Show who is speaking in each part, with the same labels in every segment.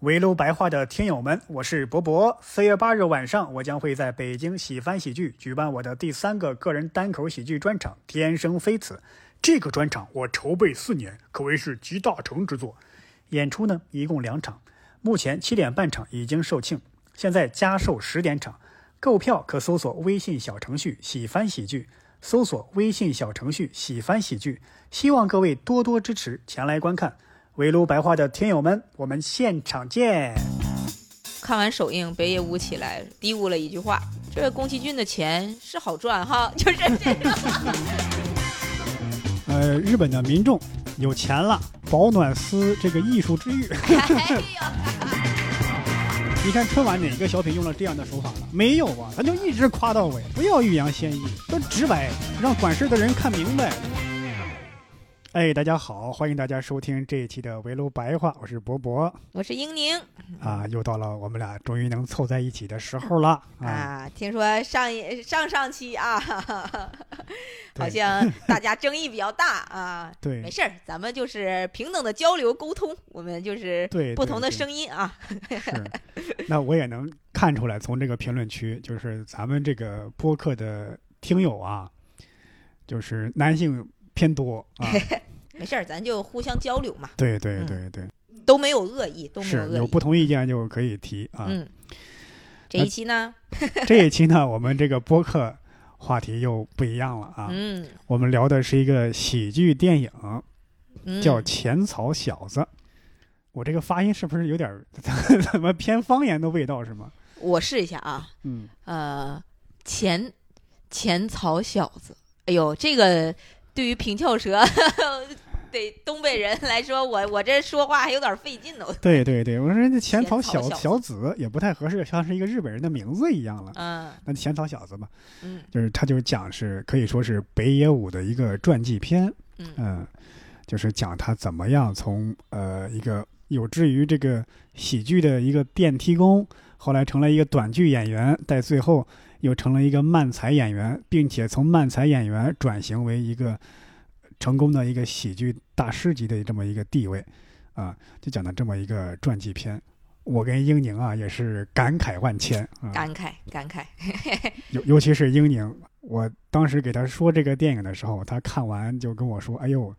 Speaker 1: 围炉白话的听友们，我是博博。四月八日晚上，我将会在北京喜翻喜剧举办我的第三个个人单口喜剧专场《天生非此》。这个专场我筹备四年，可谓是集大成之作。演出呢，一共两场，目前七点半场已经售罄，现在加售十点场。购票可搜索微信小程序“喜翻喜剧”，搜索微信小程序“喜翻喜剧”。希望各位多多支持，前来观看。围炉白话的听友们，我们现场见。
Speaker 2: 看完首映，北野武起来嘀咕了一句话：“这宫崎骏的钱是好赚哈。” 就是这种。
Speaker 1: 呃，日本的民众有钱了，保暖思这个艺术之欲。
Speaker 2: 哎呦，
Speaker 1: 你看春晚哪个小品用了这样的手法了？没有啊，咱就一直夸到尾，不要欲扬先抑，都直白，让管事的人看明白。哎，大家好，欢迎大家收听这一期的围炉白话，我是博博
Speaker 2: 我是英宁
Speaker 1: 啊，又到了我们俩终于能凑在一起的时候了啊！
Speaker 2: 啊。听说上一上上期啊，哈哈哈
Speaker 1: 对
Speaker 2: 好像大家争议比较大啊。
Speaker 1: 对
Speaker 2: 没，事儿，咱们就是平等的交流沟通，我们就是
Speaker 1: 对
Speaker 2: 不
Speaker 1: 对
Speaker 2: 同的
Speaker 1: 对
Speaker 2: 声音啊。
Speaker 1: 是，那我也能看出来，从这个评论区，就是咱们这个播客的听友啊，就是男性偏多 啊。
Speaker 2: 没事儿，咱就互相交流嘛，
Speaker 1: 对对
Speaker 2: 嗯
Speaker 1: 对对，
Speaker 2: 都没有恶意，都没有
Speaker 1: 是
Speaker 2: 恶
Speaker 1: 有
Speaker 2: 意。
Speaker 1: 不同意见就可以提啊。
Speaker 2: 嗯，这一期呢，
Speaker 1: 这一期呢，我们这个播客话题又不一样了啊。
Speaker 2: 嗯
Speaker 1: 我们聊的是一个喜剧电影，
Speaker 2: 嗯，
Speaker 1: 叫《浅草小子》。我这个发音是不是有点儿 怎么偏方言的味道是吗？
Speaker 2: 我试一下啊。
Speaker 1: 嗯，
Speaker 2: 呃，浅浅草小子。哎呦，这个对于平翘舌 对东北人来说，我我这说话还有点费劲呢。我
Speaker 1: 对对对，我说这浅草
Speaker 2: 浅
Speaker 1: 小
Speaker 2: 草小子
Speaker 1: 小子也不太合适，像是一个日本人的名字一样了。
Speaker 2: 嗯
Speaker 1: 那浅草小子嘛，
Speaker 2: 嗯
Speaker 1: 就是他就是讲是可以说是北野武的一个传记片，
Speaker 2: 嗯
Speaker 1: 嗯，就是讲他怎么样从呃一个有志于这个喜剧的一个电梯工，后来成了一个短剧演员，在最后又成了一个漫才演员，并且从漫才演员转型为一个成功的一个喜剧大师级的这么一个地位，啊，就讲的这么一个传记片。我跟英宁啊也是感慨万千啊，
Speaker 2: 感慨感慨，
Speaker 1: 尤尤其是英宁，我当时给他说这个电影的时候，他看完就跟我说：“哎呦，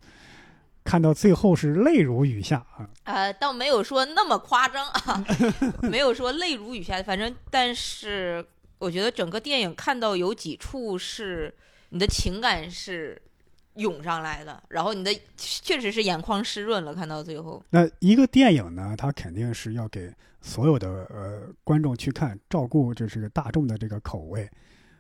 Speaker 1: 看到最后是泪如雨下啊
Speaker 2: 呃，倒没有说那么夸张啊， 没有说泪如雨啊下，反正但是我觉得整个电影看到有几处是你的情感是涌上来的，然后你的确实是眼眶湿润了，看到最后！”，
Speaker 1: 那一个电影呢，它肯定是要给所有的呃观众去看，照顾就是大众的这个口味，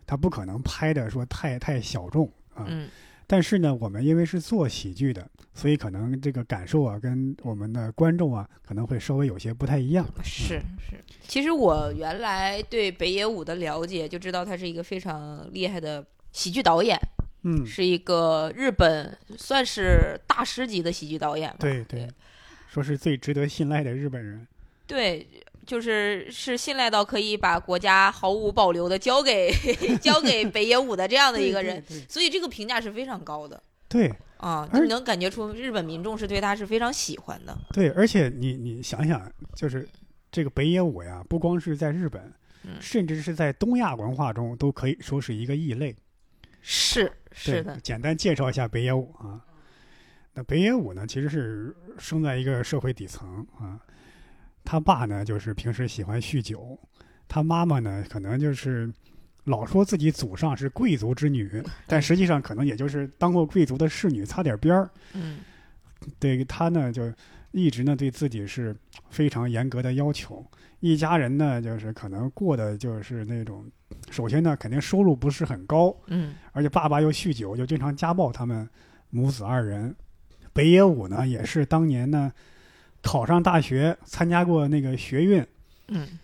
Speaker 1: 它不可能拍的说太太小众啊。
Speaker 2: 嗯
Speaker 1: 但是呢，我们因为是做喜剧的，所以可能这个感受啊，跟我们的观众啊，可能会稍微有些不太一样。
Speaker 2: 是
Speaker 1: 嗯
Speaker 2: 是，其实我原来对北野武的了解就知道他是一个非常厉害的喜剧导演，
Speaker 1: 嗯，
Speaker 2: 是一个日本算是大师级的喜剧导演吧。
Speaker 1: 对对，说是最值得信赖的日本人。
Speaker 2: 对，就是是信赖到可以把国家毫无保留的 交给交给北野武的这样的一个人，
Speaker 1: 对，
Speaker 2: 所以这个评价是非常高的
Speaker 1: 对
Speaker 2: 啊，
Speaker 1: 而
Speaker 2: 就能感觉出日本民众是对他是非常喜欢的。
Speaker 1: 对，而且你你想想，就是这个北野武呀，不光是在日本，
Speaker 2: 嗯
Speaker 1: 甚至是在东亚文化中都可以说是一个异类。
Speaker 2: 是是
Speaker 1: 对
Speaker 2: 的，
Speaker 1: 简单介绍一下北野武啊。那北野武呢，其实是生在一个社会底层啊。他爸呢，就是平时喜欢酗酒；他妈妈呢，可能就是老说自己祖上是贵族之女，但实际上可能也就是当过贵族的侍女，擦点边儿。
Speaker 2: 嗯
Speaker 1: 对他呢，就一直呢对自己是非常严格的要求。一家人呢，就是可能过的就是那种，首先呢，肯定收入不是很高，
Speaker 2: 嗯
Speaker 1: 而且爸爸又酗酒，就经常家暴他们母子二人。北野武呢，也是当年呢考上大学，参加过那个学运，
Speaker 2: 嗯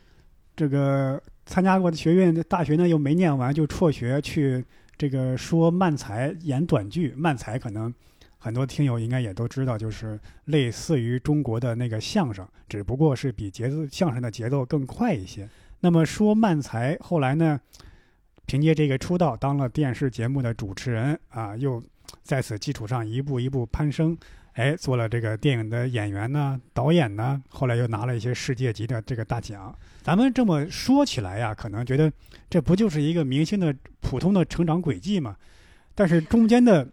Speaker 1: 这个参加过的学院大学呢又没念完，就辍学去这个说漫才演短剧。漫才可能很多听友应该也都知道，就是类似于中国的那个相声，只不过是比节奏相声的节奏更快一些。那么说漫才后来呢，凭借这个出道当了电视节目的主持人啊，又在此基础上一步一步攀升。哎，做了这个电影的演员呢、导演呢，后来又拿了一些世界级的这个大奖。咱们这么说起来呀，啊可能觉得这不就是一个明星的普通的成长轨迹嘛？但是中间的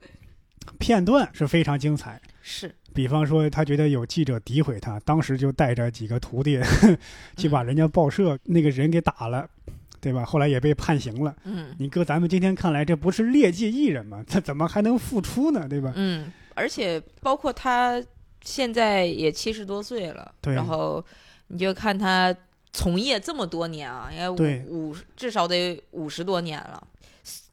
Speaker 1: 片段是非常精彩。
Speaker 2: 是
Speaker 1: 比方说，他觉得有记者诋毁他，当时就带着几个徒弟 去把人家报社那个人给打了，对吧？后来也被判刑了。
Speaker 2: 嗯
Speaker 1: 你搁咱们今天看来，这不是劣迹艺人吗？他 怎么还能复出呢？对吧？
Speaker 2: 嗯，而且包括他现在也七十多岁了，
Speaker 1: 对
Speaker 2: 然后你就看他从业这么多年啊，应该
Speaker 1: 对
Speaker 2: 五五至少得五十多年了。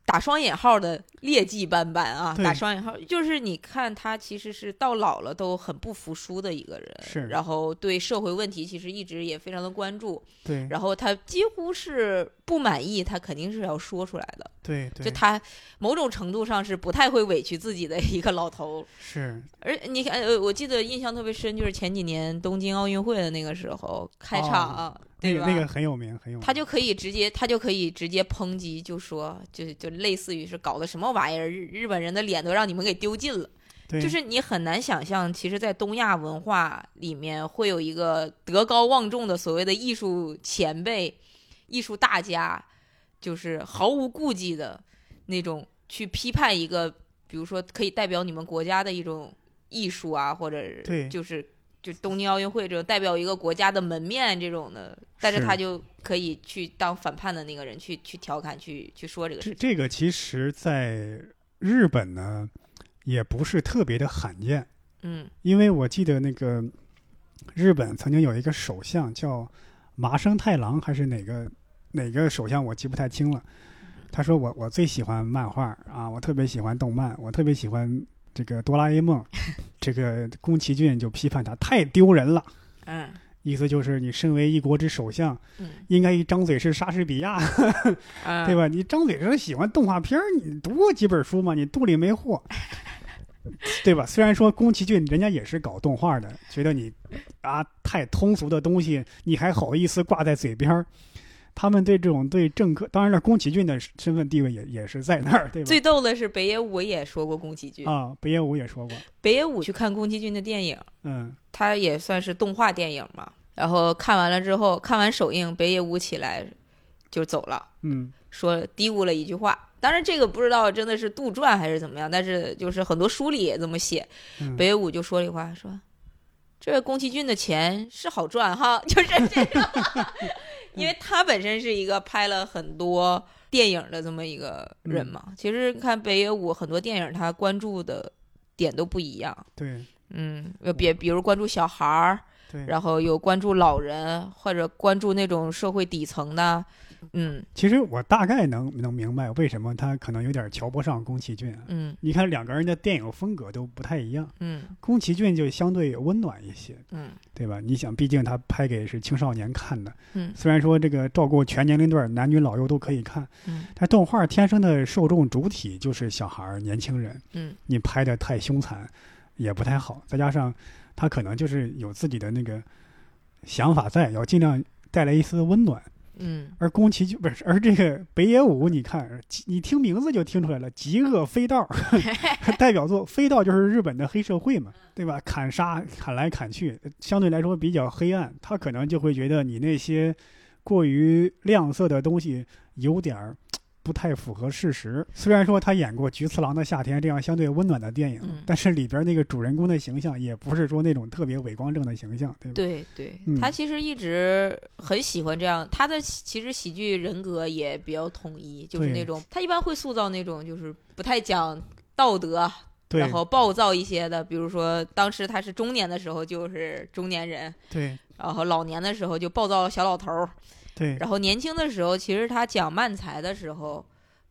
Speaker 2: 打双引号的劣迹斑斑啊！
Speaker 1: 对
Speaker 2: 打双引号，就是你看他其实是到老了都很不服输的一个人，
Speaker 1: 是
Speaker 2: 然后对社会问题其实一直也非常的关注，
Speaker 1: 对
Speaker 2: 然后他几乎是不满意，他肯定是要说出来的。
Speaker 1: 对
Speaker 2: 就他某种程度上是不太会委屈自己的一个老头。
Speaker 1: 是
Speaker 2: 而你看，呃，我记得印象特别深，就是前几年东京奥运会的那个时候开场啊，
Speaker 1: 哦那
Speaker 2: 对
Speaker 1: 个
Speaker 2: 吧？
Speaker 1: 那个很有名，很有名。
Speaker 2: 他就可以直接，他就可以直接抨击，就说，就就类似于是搞的什么玩意儿，日日本人的脸都让你们给丢尽了。
Speaker 1: 对
Speaker 2: 就是你很难想象，其实，在东亚文化里面会有一个德高望重的所谓的艺术前辈、艺术大家，就是毫无顾忌的那种去批判一个，比如说可以代表你们国家的一种艺术啊，或者是
Speaker 1: 对
Speaker 2: 就是就东京奥运会这种代表一个国家的门面这种的，但是
Speaker 1: 是
Speaker 2: 他就可以去当反叛的那个人去去调侃、去去说这个事
Speaker 1: 这
Speaker 2: 情。
Speaker 1: 这个其实在日本呢，也不是特别的罕见，
Speaker 2: 嗯
Speaker 1: 因为我记得那个日本曾经有一个首相叫麻生太郎，还是哪个哪个首相，我记不太清了。他说我我最喜欢漫画啊，我特别喜欢动漫，我特别喜欢这个哆啦 A 梦。 这个宫崎骏就批判他太丢人了，
Speaker 2: 嗯
Speaker 1: 意思就是你身为一国之首相，
Speaker 2: 嗯
Speaker 1: 应该一张嘴是莎士比亚，
Speaker 2: 啊，
Speaker 1: 对吧？你张嘴说喜欢动画片儿，你读过几本书吗？你肚里没 货，对吧？虽然说宫崎骏人家也是搞动画的，觉得你啊太通俗的东西，你还好意思挂在嘴边儿。他们对这种对政客，当然了，宫崎骏的身份地位也也是在那儿，对吧？
Speaker 2: 最逗的是北野武也说过宫崎骏。
Speaker 1: 啊，北野武也说过，
Speaker 2: 北野武去看宫崎骏的电影，
Speaker 1: 嗯，
Speaker 2: 他也算是动画电影嘛。然后看完了之后，看完首映，北野武起来就走了，
Speaker 1: 嗯，
Speaker 2: 说嘀咕了一句话。当然，这个不知道真的是杜撰还是怎么样，但是就是很多书里也这么写。
Speaker 1: 嗯
Speaker 2: 北野武就说了一句话，说：“这宫崎骏的钱是好赚哈，就是这种，因为他本身是一个拍了很多电影的这么一个人嘛。其实看北野武很多电影，他关注的点都不一样。
Speaker 1: 对
Speaker 2: 嗯，呃别比如关注小孩儿，
Speaker 1: 对。
Speaker 2: 然后有关注老人，或者关注那种社会底层的，嗯
Speaker 1: 其实我大概能能明白为什么他可能有点瞧不上宫崎骏啊。
Speaker 2: 嗯
Speaker 1: 你看两个人的电影风格都不太一样。
Speaker 2: 嗯
Speaker 1: 宫崎骏就相对温暖一些，
Speaker 2: 嗯
Speaker 1: 对吧？你想，毕竟他拍给是青少年看的，
Speaker 2: 嗯
Speaker 1: 虽然说这个照顾全年龄段，男女老幼都可以看，
Speaker 2: 嗯
Speaker 1: 但动画天生的受众主体就是小孩儿、年轻人，
Speaker 2: 嗯，
Speaker 1: 你拍的太凶残也不太好，再加上他可能就是有自己的那个想法在，要尽量带来一丝温暖。
Speaker 2: 嗯，
Speaker 1: 而宫崎骏不是，而这个北野武，你看，极你听名字就听出来了，《极恶飞盗》 代表作，飞盗就是日本的黑社会嘛，对吧？砍杀、砍来砍去，相对来说比较黑暗，他可能就会觉得你那些过于亮色的东西有点儿。不太符合事实。虽然说他演过《菊次郎的夏天》这样相对温暖的电影，
Speaker 2: 嗯
Speaker 1: 但是里边那个主人公的形象也不是说那种特别伪光正的形象，对吧？
Speaker 2: 对对
Speaker 1: 嗯，
Speaker 2: 他其实一直很喜欢这样，他的喜其实喜剧人格也比较统一，就是
Speaker 1: 对
Speaker 2: 那种他一般会塑造那种就是不太讲道德，
Speaker 1: 对
Speaker 2: 然后暴躁一些的，比如说当时他是中年的时候就是中年人，
Speaker 1: 对
Speaker 2: 然后老年的时候就暴躁小老头儿。
Speaker 1: 对
Speaker 2: 然后年轻的时候，其实他讲漫才的时候，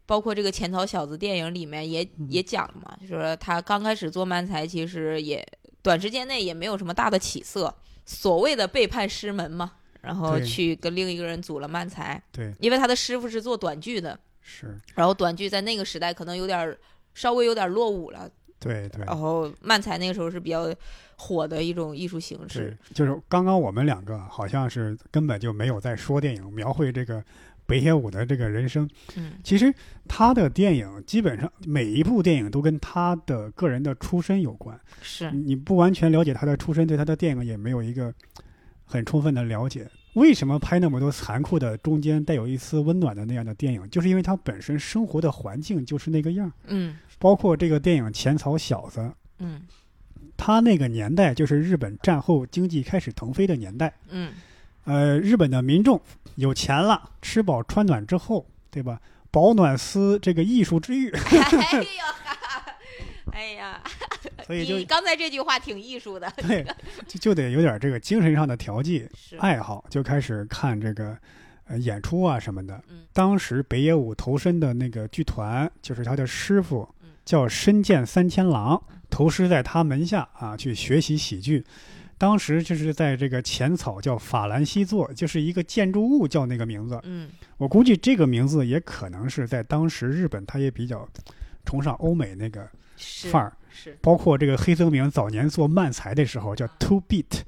Speaker 2: 包括这个《浅草小子》电影里面也
Speaker 1: 嗯
Speaker 2: 也讲了嘛，就说他刚开始做漫才，其实也短时间内也没有什么大的起色，所谓的背叛师门嘛，然后
Speaker 1: 对
Speaker 2: 去跟另一个人组了漫才，
Speaker 1: 对，
Speaker 2: 因为他的师傅是做短剧的，
Speaker 1: 是，
Speaker 2: 然后短剧在那个时代可能有点儿稍微有点儿落伍了，
Speaker 1: 对对。
Speaker 2: 然后漫才那个时候是比较火的一种艺术形
Speaker 1: 对
Speaker 2: 式，，
Speaker 1: 就是刚刚我们两个好像是根本就没有在说电影，描绘这个北野武的这个人生。
Speaker 2: 嗯
Speaker 1: 其实他的电影基本上每一部电影都跟他的个人的出身有关，
Speaker 2: 是
Speaker 1: 你不完全了解他的出身，对他的电影也没有一个很充分的了解。为什么拍那么多残酷的，中间带有一丝温暖的那样的电影？就是因为他本身生活的环境就是那个样儿。
Speaker 2: 嗯
Speaker 1: 包括这个电影《浅草小子》，
Speaker 2: 嗯
Speaker 1: 他那个年代就是日本战后经济开始腾飞的年代。
Speaker 2: 嗯
Speaker 1: 呃，日本的民众有钱了，吃饱穿暖之后，对吧？保暖思这个艺术之欲，
Speaker 2: 哎呀，哎呀，
Speaker 1: 所以就
Speaker 2: 你刚才这句话挺艺术的，
Speaker 1: 对，就就得有点这个精神上的调剂
Speaker 2: 是
Speaker 1: 爱好，就开始看这个呃演出啊什么的
Speaker 2: 嗯。
Speaker 1: 当时北野武投身的那个剧团，就是他的师傅
Speaker 2: 嗯
Speaker 1: 叫深见三千郎，投师在他门下啊去学习喜剧。
Speaker 2: 嗯
Speaker 1: 当时就是在这个浅草叫法兰西座，就是一个建筑物叫那个名字。
Speaker 2: 嗯
Speaker 1: 我估计这个名字也可能是在当时日本，他也比较崇尚欧美那个
Speaker 2: 是
Speaker 1: 范儿。
Speaker 2: 是
Speaker 1: 包括这个黑泽明早年做漫才的时候
Speaker 2: 嗯
Speaker 1: 叫 Two Beat，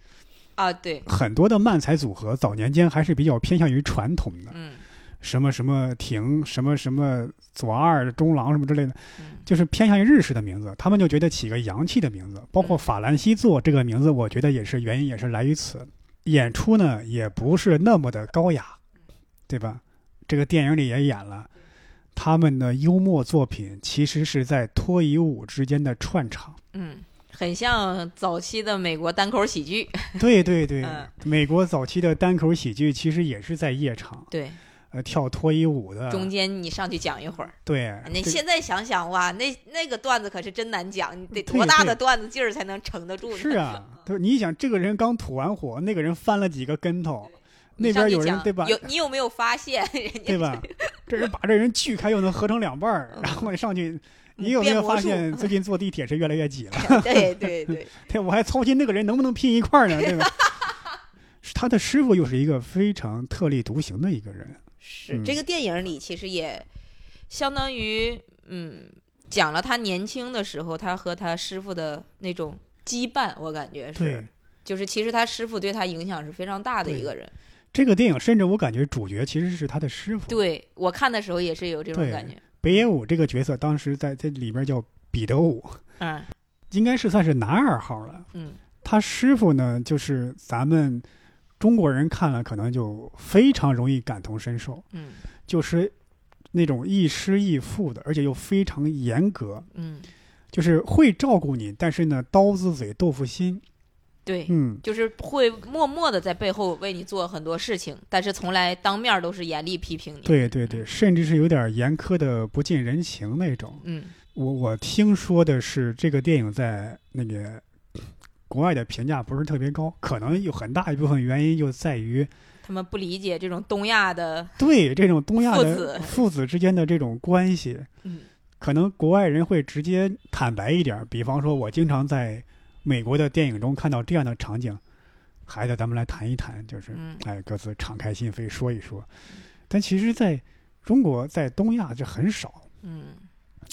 Speaker 2: 啊对
Speaker 1: 很多的漫才组合早年间还是比较偏向于传统的，
Speaker 2: 嗯
Speaker 1: 什么什么亭，什么什么左二中郎什么之类的，
Speaker 2: 嗯
Speaker 1: 就是偏向于日式的名字。他们就觉得起个洋气的名字，包括
Speaker 2: 嗯
Speaker 1: 法兰西座这个名字，我觉得也是原因也是来于此。演出呢也不是那么的高雅，对吧？这个电影里也演了，他们的幽默作品其实是在脱衣舞之间的串 场。
Speaker 2: 嗯，很像早期的美国单口喜剧，
Speaker 1: 对对对
Speaker 2: 嗯，
Speaker 1: 美国早期的单口喜剧其实也是在夜场，
Speaker 2: 对，
Speaker 1: 呃，跳脱衣舞的。
Speaker 2: 中间你上去讲一会儿，
Speaker 1: 嗯对，
Speaker 2: 那
Speaker 1: 这
Speaker 2: 现在想想哇，那那个段子可是真难讲，你得
Speaker 1: 对
Speaker 2: 多大
Speaker 1: 对
Speaker 2: 的段子劲儿才能撑得住呢？
Speaker 1: 是啊，对，你想这个人刚吐完火，那个人翻了几个跟头，那
Speaker 2: 你上
Speaker 1: 边
Speaker 2: 去
Speaker 1: 有人
Speaker 2: 讲
Speaker 1: 对吧？
Speaker 2: 有你有没有发 现 人家
Speaker 1: 对吧？这人把这人锯开，又能合成两半儿，然后你上去。你有没有
Speaker 2: 嗯变魔
Speaker 1: 发
Speaker 2: 术嗯
Speaker 1: 现最近坐地铁是越来越挤了？
Speaker 2: 对对对，
Speaker 1: 对，我还操心那个人能不能拼一块儿呢，对吧？他的师傅又是一个非常特立独行的一个人，
Speaker 2: 是、
Speaker 1: 嗯
Speaker 2: 这个电影里其实也相当于嗯讲了他年轻的时候，他和他师傅的那种羁绊，我感觉
Speaker 1: 对
Speaker 2: 是，，就是其实他师傅对他影响是非常大的一个人。
Speaker 1: 这个电影，甚至我感觉主角其实是他的师傅。
Speaker 2: 对我看的时候也是有这种
Speaker 1: 对
Speaker 2: 感觉，
Speaker 1: 北野武这个角色当时在这里边叫彼得武，
Speaker 2: 嗯
Speaker 1: 应该是算是男二号了。
Speaker 2: 嗯
Speaker 1: 他师傅呢，就是咱们中国人看了可能就非常容易感同身受，
Speaker 2: 嗯
Speaker 1: 就是那种亦师亦父的，而且又非常严格，
Speaker 2: 嗯，
Speaker 1: 就是会照顾你，但是呢，刀子嘴豆腐心。
Speaker 2: 对。
Speaker 1: 嗯，
Speaker 2: 就是会默默的在背后为你做很多事情，但是从来当面都是严厉批评你。，
Speaker 1: 对对对，甚至是有点严苛的不近人情那种。
Speaker 2: 嗯
Speaker 1: 我我听说的是，这个电影在那个国外的评价不是特别高，可能有很大一部分原因就在于
Speaker 2: 他们不理解这种东亚的，
Speaker 1: 对这种东亚
Speaker 2: 父
Speaker 1: 的
Speaker 2: 子
Speaker 1: 父子之间的这种关系，
Speaker 2: 嗯
Speaker 1: 可能国外人会直接坦白一点。比方说，我经常在美国的电影中看到这样的场景：孩子，咱们来谈一谈，就是
Speaker 2: 嗯
Speaker 1: 哎，各自敞开心扉说一说。但其实，在中国，在东亚这很少。
Speaker 2: 嗯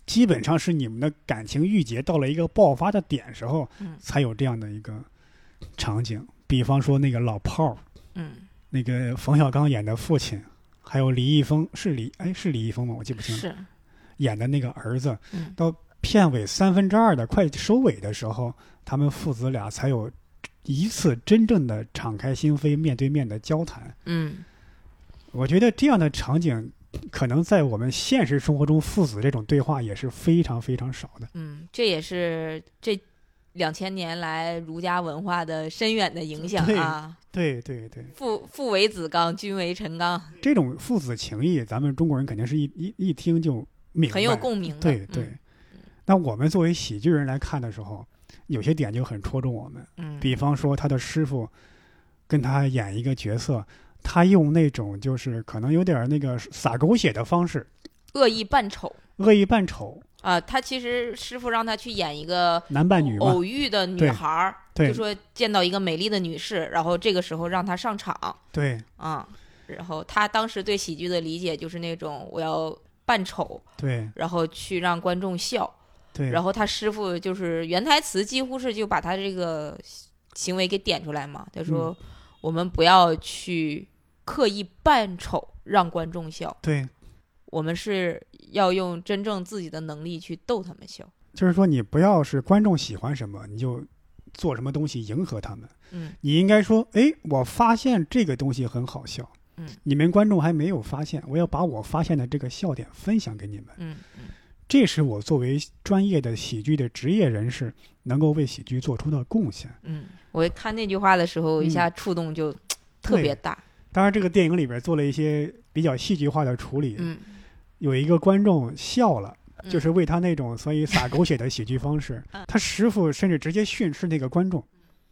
Speaker 1: 基本上是你们的感情郁结到了一个爆发的点时候
Speaker 2: 嗯，
Speaker 1: 才有这样的一个场景。比方说那个老炮儿，
Speaker 2: 嗯，
Speaker 1: 那个冯小刚演的父亲，还有李易峰是李哎是李易峰吗？我记不清了，
Speaker 2: 是，
Speaker 1: 演的那个儿子，
Speaker 2: 嗯
Speaker 1: 到片尾三分之二的快收尾的时候，他们父子俩才有一次真正的敞开心扉、面对面的交谈。
Speaker 2: 嗯
Speaker 1: 我觉得这样的场景，可能在我们现实生活中，父子这种对话也是非常非常少的。
Speaker 2: 嗯，这也是这两千年来儒家文化的深远的影响啊。
Speaker 1: 对对对，
Speaker 2: 父父为子纲，君为臣纲，
Speaker 1: 这种父子情谊，咱们中国人肯定是一一一听就明白，
Speaker 2: 很有共鸣的。
Speaker 1: 对
Speaker 2: 嗯
Speaker 1: 对，那我们作为喜剧人来看的时候，有些点就很戳中我们。
Speaker 2: 嗯，
Speaker 1: 比方说，他的师傅跟他演一个角色，他用那种就是可能有点那个撒狗血的方式，
Speaker 2: 恶意扮丑
Speaker 1: 恶意扮丑，
Speaker 2: 啊，他其实师傅让他去演一个
Speaker 1: 男扮女嘛。
Speaker 2: 偶遇的女
Speaker 1: 对
Speaker 2: 孩儿，
Speaker 1: 对
Speaker 2: 哦就说见到一个美丽的女士，然后这个时候让她上场
Speaker 1: 对
Speaker 2: 啊。然后他当时对喜剧的理解就是那种我要扮丑，
Speaker 1: 对
Speaker 2: 然后去让观众笑。
Speaker 1: 对，
Speaker 2: 然后他师傅就是原台词几乎是就把他这个
Speaker 1: 嗯
Speaker 2: 行为给点出来嘛，他说我们不要去刻意扮丑，让观众笑，
Speaker 1: 对，
Speaker 2: 我们是要用真正自己的能力去逗他们笑。
Speaker 1: 就是说你不要是观众喜欢什么你就做什么东西迎合他们，
Speaker 2: 嗯，
Speaker 1: 你应该说，哎，我发现这个东西很好笑，
Speaker 2: 嗯，
Speaker 1: 你们观众还没有发现，我要把我发现的这个笑点分享给你们，
Speaker 2: 嗯嗯
Speaker 1: 这是我作为专业的喜剧的职业人士能够为喜剧做出的贡献。
Speaker 2: 嗯，我看那句话的时候，一
Speaker 1: 嗯
Speaker 2: 下触动就特别大。
Speaker 1: 当然，这个电影里边做了一些比较戏剧化的处理，
Speaker 2: 嗯，
Speaker 1: 有一个观众笑了。
Speaker 2: 嗯
Speaker 1: 就是为他那种所以撒狗血的喜剧方式
Speaker 2: 嗯，
Speaker 1: 他师傅甚至直接训斥那个观众：“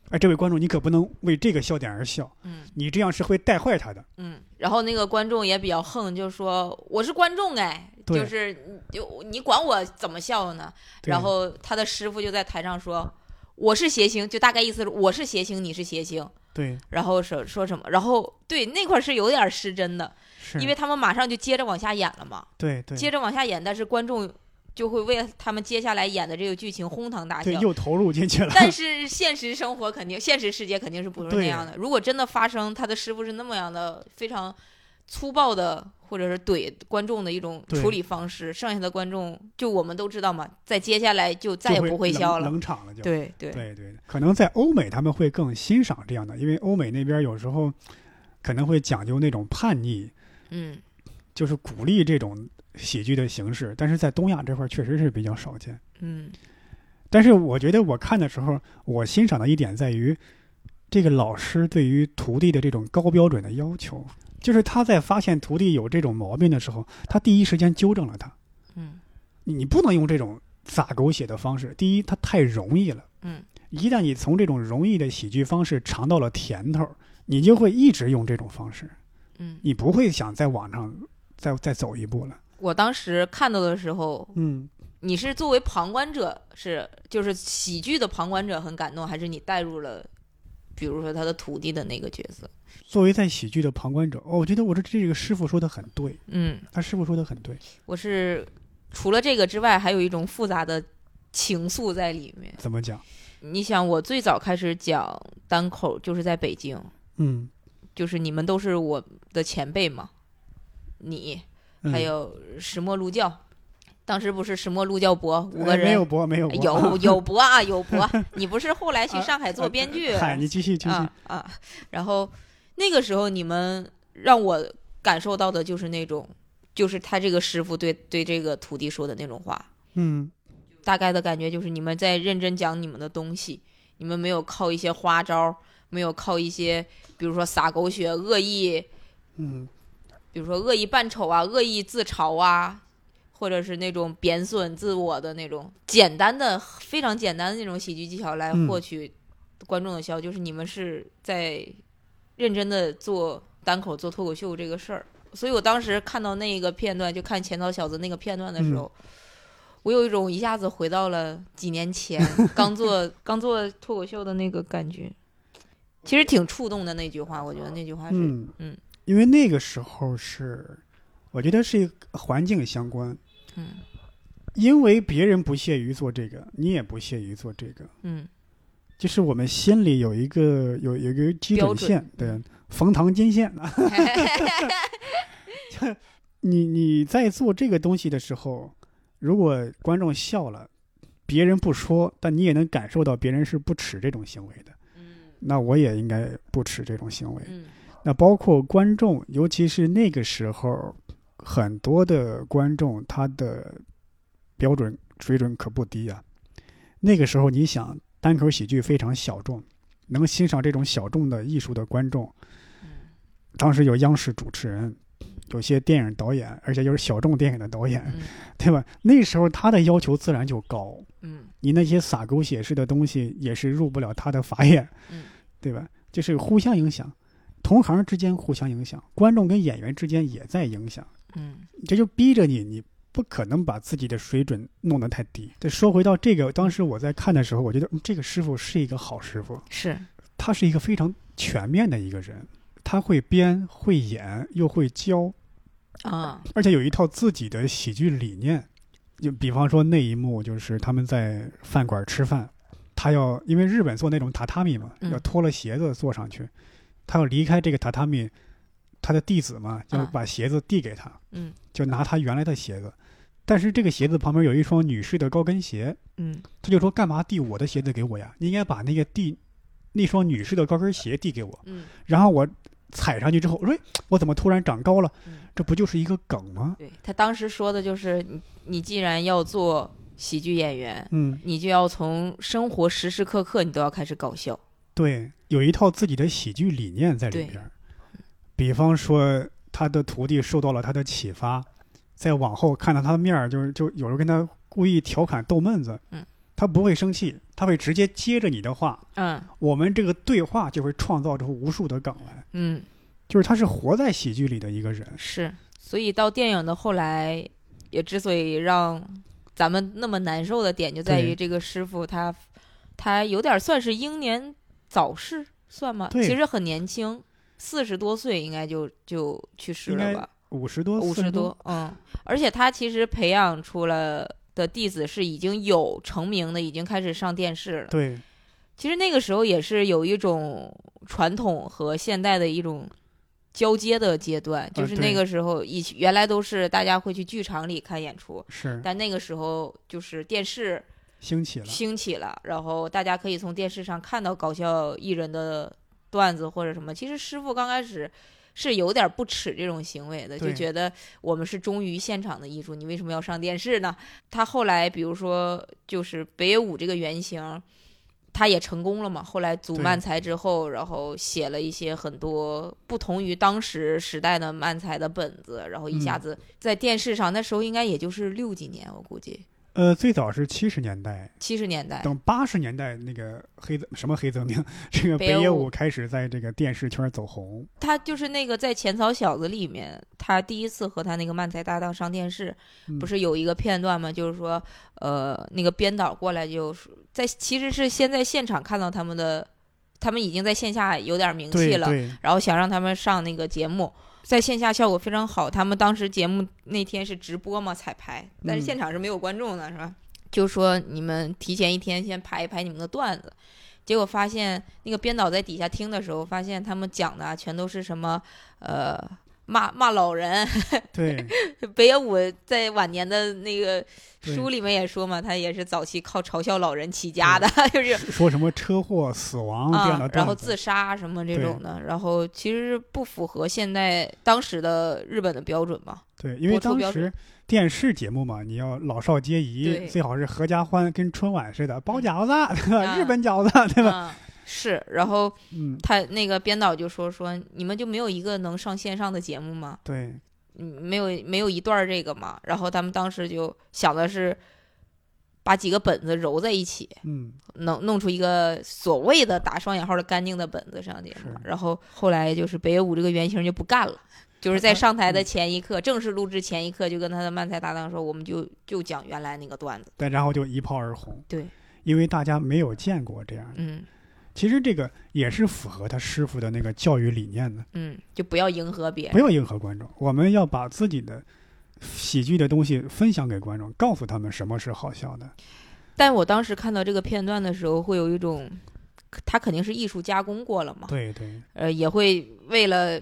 Speaker 1: 哎，这位观众，你可不能为这个笑点而笑，
Speaker 2: 嗯
Speaker 1: 你这样是会带坏他的。
Speaker 2: 嗯，然后那个观众也比较横，就说我是观众哎，
Speaker 1: 对
Speaker 2: 就是你就你管我怎么笑呢？
Speaker 1: 对”
Speaker 2: 然后他的师傅就在台上说我是谐星，就大概意思是我是谐星，你是谐星。
Speaker 1: 对，
Speaker 2: 然后说说什么？然后对那块儿是有点失真的，
Speaker 1: 是
Speaker 2: 因为他们马上就接着往下演了嘛，
Speaker 1: 对对
Speaker 2: 接着往下演，但是观众就会为他们接下来演的这个剧情哄堂大笑
Speaker 1: 对。又投入进去了。
Speaker 2: 但是现实生活肯定，现实世界肯定是不是那样的。如果真的发生，他的师傅是那么样的非常粗暴的，或者是怼观众的一种
Speaker 1: 对
Speaker 2: 处理方式，剩下的观众就我们都知道嘛，在接下来就再也
Speaker 1: 就
Speaker 2: 不会笑
Speaker 1: 冷
Speaker 2: 了。
Speaker 1: 冷场了就。
Speaker 2: 对对
Speaker 1: 对对，可能在欧美他们会更欣赏这样的，因为欧美那边有时候可能会讲究那种叛逆，
Speaker 2: 嗯
Speaker 1: 就是鼓励这种喜剧的形式，但是在东亚这块儿确实是比较少见。
Speaker 2: 嗯
Speaker 1: 但是我觉得我看的时候，我欣赏的一点在于，这个老师对于徒弟的这种高标准的要求，就是他在发现徒弟有这种毛病的时候，他第一时间纠正了他。
Speaker 2: 嗯
Speaker 1: 你你不能用这种撒狗血的方式，第一，它太容易了。
Speaker 2: 嗯，
Speaker 1: 一旦你从这种容易的喜剧方式尝到了甜头，你就会一直用这种方式，
Speaker 2: 嗯。
Speaker 1: 你不会想再往上再再走一步了。
Speaker 2: 我当时看到的时候，
Speaker 1: 嗯，
Speaker 2: 你是作为旁观者，是就是喜剧的旁观者很感动，还是你带入了，比如说他的徒弟的那个角色？
Speaker 1: 作为在喜剧的旁观者，哦，我觉得我这这个师傅说的很对，
Speaker 2: 嗯，
Speaker 1: 他师傅说的很对。
Speaker 2: 我是除了这个之外，还有一种复杂的情愫在里面。
Speaker 1: 怎么讲？
Speaker 2: 你想，我最早开始讲单口就是在北京，
Speaker 1: 嗯，
Speaker 2: 就是你们都是我的前辈嘛，你
Speaker 1: 嗯
Speaker 2: 还有石墨路教，当时不是石墨路教博五
Speaker 1: 哎
Speaker 2: 个人。
Speaker 1: 没有博， 没有博，
Speaker 2: 有有博啊，有博！你不是后来去上海做编剧？
Speaker 1: 嗨，你继续继续。
Speaker 2: 啊啊！然后那个时候你们让我感受到的就是那种，就是他这个师傅对对这个徒弟说的那种话，
Speaker 1: 嗯，
Speaker 2: 大概的感觉就是你们在认真讲你们的东西，你们没有靠一些花招，没有靠一些比如说撒狗血、恶意，
Speaker 1: 嗯，
Speaker 2: 比如说恶意扮丑啊、恶意自嘲啊。或者是那种贬损自我的那种简单的、非常简单的那种喜剧技巧来
Speaker 1: 嗯
Speaker 2: 获取观众的笑，就是你们是在认真的做单口、做脱口秀这个事儿。所以我当时看到那个片段，就看《钱塘小子》那个片段的时候，我有一种一下子回到了几年前刚做刚做脱口秀的那个感觉。其实挺触动的那句话，我觉得那句话是，
Speaker 1: 嗯
Speaker 2: 嗯，
Speaker 1: 因为那个时候是，我觉得是一个环境相关，
Speaker 2: 嗯
Speaker 1: 因为别人不屑于做这个，你也不屑于做这个，
Speaker 2: 嗯
Speaker 1: 就是我们心里有一个有有一个基
Speaker 2: 标
Speaker 1: 准
Speaker 2: 准嗯
Speaker 1: 线，对，冯唐金线啊。 你你在做这个东西的时候，如果观众笑了，别人不说，但你也能感受到别人是不耻这种行为的，
Speaker 2: 嗯
Speaker 1: 那我也应该不耻这种行为。
Speaker 2: 嗯
Speaker 1: 那包括观众，尤其是那个时候，很多的观众他的标准水准可不低啊。那个时候，你想单口喜剧非常小众，能欣赏这种小众的艺术的观众，
Speaker 2: 嗯
Speaker 1: 当时有央视主持人，有些电影导演，而且又是小众电影的导演
Speaker 2: 嗯，
Speaker 1: 对吧？那时候他的要求自然就高，
Speaker 2: 嗯
Speaker 1: 你那些撒狗血式的东西也是入不了他的法眼，
Speaker 2: 嗯
Speaker 1: 对吧？就是互相影响，同行之间互相影响，观众跟演员之间也在影响，
Speaker 2: 嗯
Speaker 1: 这就逼着你，你不可能把自己的水准弄得太低。再说回到这个，当时我在看的时候，我觉得、嗯这个师傅是一个好师傅，
Speaker 2: 是
Speaker 1: 他是一个非常全面的一个人，他会编会演又会教，
Speaker 2: 啊
Speaker 1: 而且有一套自己的喜剧理念。就比方说那一幕，就是他们在饭馆吃饭，他要因为日本做那种榻榻米嘛，
Speaker 2: 嗯
Speaker 1: 要脱了鞋子坐上去，他要离开这个榻榻米，他的弟子嘛，就
Speaker 2: 啊
Speaker 1: 把鞋子递给他，
Speaker 2: 嗯
Speaker 1: 就拿他原来的鞋子，但是这个鞋子旁边有一双女士的高跟鞋，
Speaker 2: 嗯
Speaker 1: 他就说干嘛递我的鞋子给我呀？你应该把那个递那双女士的高跟鞋递给我。
Speaker 2: 嗯，
Speaker 1: 然后我踩上去之后，我说哎我怎么突然长高了
Speaker 2: 嗯？
Speaker 1: 这不就是一个梗吗？
Speaker 2: 对他当时说的就是你，你既然要做喜剧演员，
Speaker 1: 嗯，
Speaker 2: 你就要从生活时时刻刻你都要开始搞笑。
Speaker 1: 对，有一套自己的喜剧理念在里
Speaker 2: 对
Speaker 1: 边儿。比方说，他的徒弟受到了他的启发，再往后看到他的面儿，就是就有时候跟他故意调侃逗闷子，
Speaker 2: 嗯，
Speaker 1: 他不会生气，他会直接接着你的话，
Speaker 2: 嗯
Speaker 1: 我们这个对话就会创造出无数的梗来。
Speaker 2: 嗯，
Speaker 1: 就是他是活在喜剧里的一个人，
Speaker 2: 是。所以到电影的后来，也之所以让咱们那么难受的点，就在
Speaker 1: 对
Speaker 2: 于这个师傅他他有点算是英年早逝，算吗？
Speaker 1: 对
Speaker 2: 其实很年轻，四十多岁应该就就去世
Speaker 1: 应
Speaker 2: 了
Speaker 1: 该
Speaker 2: 吧？
Speaker 1: 五十多，
Speaker 2: 五
Speaker 1: 40
Speaker 2: 十多，，嗯，而且他其实培养出了的弟子是已经有成名的，已经开始上电视了。
Speaker 1: 对，
Speaker 2: 其实那个时候也是有一种传统和现代的一种交接的阶段，就
Speaker 1: 呃
Speaker 2: 是
Speaker 1: 对
Speaker 2: 那个时候以前原来都是大家会去剧场里看演出，
Speaker 1: 是
Speaker 2: 但那个时候就是电视
Speaker 1: 兴起了，
Speaker 2: 兴起了，然后大家可以从电视上看到搞笑艺人的段子或者什么。其实师傅刚开始是有点不耻这种行为的，
Speaker 1: 对
Speaker 2: 就觉得我们是忠于现场的艺术，你为什么要上电视呢？他后来比如说就是北野武这个原型。他也成功了嘛？后来组
Speaker 1: 对
Speaker 2: 漫才之后，然后写了一些很多不同于当时时代的漫才的本子，然后一下
Speaker 1: 嗯
Speaker 2: 子在电视上，那时候应该也就是六几年，我估计
Speaker 1: 呃，最早是七十年代，
Speaker 2: 七十年代。
Speaker 1: 等八十年代那个黑泽什么黑泽明，这个
Speaker 2: 北
Speaker 1: 北
Speaker 2: 野
Speaker 1: 野
Speaker 2: 武
Speaker 1: 武开始在这个电视圈走红。
Speaker 2: 他就是那个在《浅草小子》里面，他第一次和他那个漫才搭档上电视，
Speaker 1: 嗯
Speaker 2: 不是有一个片段吗？就是说，呃，那个编导过来就是在，其实是先在现场看到他们的，他们已经在线下有点名气
Speaker 1: 对
Speaker 2: 了，
Speaker 1: 对，
Speaker 2: 然后想让他们上那个节目，在线下效果非常好。他们当时节目那天是直播嘛，彩排，但是
Speaker 1: 嗯
Speaker 2: 现场是没有观众的，是吧？就说你们提前一天先排一排你们的段子，结果发现那个编导在底下听的时候，发现他们讲的啊全都是什么呃骂骂老人。
Speaker 1: 对
Speaker 2: 北野武在晚年的那个
Speaker 1: 对
Speaker 2: 书里面也说嘛，他也是早期靠嘲笑老人起家的， 就是
Speaker 1: 说什么车祸、死亡这样的
Speaker 2: 啊，然后
Speaker 1: 段子
Speaker 2: 自杀什么这种的，然后其实是不符合现代当时的日本的标准嘛。
Speaker 1: 对，因为
Speaker 2: 播出
Speaker 1: 当
Speaker 2: 标
Speaker 1: 时
Speaker 2: 准
Speaker 1: 电视节目嘛，你要老少皆宜，
Speaker 2: 对
Speaker 1: 最好是合家欢，跟春晚似的，包饺子，对吧？
Speaker 2: 啊
Speaker 1: 日本饺子，对吧？
Speaker 2: 嗯，是。然后
Speaker 1: 嗯，
Speaker 2: 他那个编导就说说，你们就没有一个能上线上的节目吗？
Speaker 1: 对，
Speaker 2: 嗯，没有没有一段儿这个嘛。然后他们当时就想的是。把几个本子揉在一起，
Speaker 1: 嗯，
Speaker 2: 弄弄出一个所谓的打双引号的干净的本子上节目
Speaker 1: 是。
Speaker 2: 然后后来就是北野武这个原型就不干了，就是在上台的
Speaker 1: 嗯
Speaker 2: 前一刻，正式录制前一刻，就跟他的漫才搭档说，我们就就讲原来那个段子。
Speaker 1: 但然后就一炮而红。
Speaker 2: 对，
Speaker 1: 因为大家没有见过这样的，
Speaker 2: 嗯
Speaker 1: 其实这个也是符合他师傅的那个教育理念的。
Speaker 2: 嗯，就不要迎合别
Speaker 1: 不
Speaker 2: 人。
Speaker 1: 要迎合观众，我们要把自己的喜剧的东西分享给观众，告诉他们什么是好笑的。
Speaker 2: 哦但我当时看到这个片段的时候，会有一种，他肯定是艺术加工过了嘛，
Speaker 1: 对对
Speaker 2: 呃，也会为了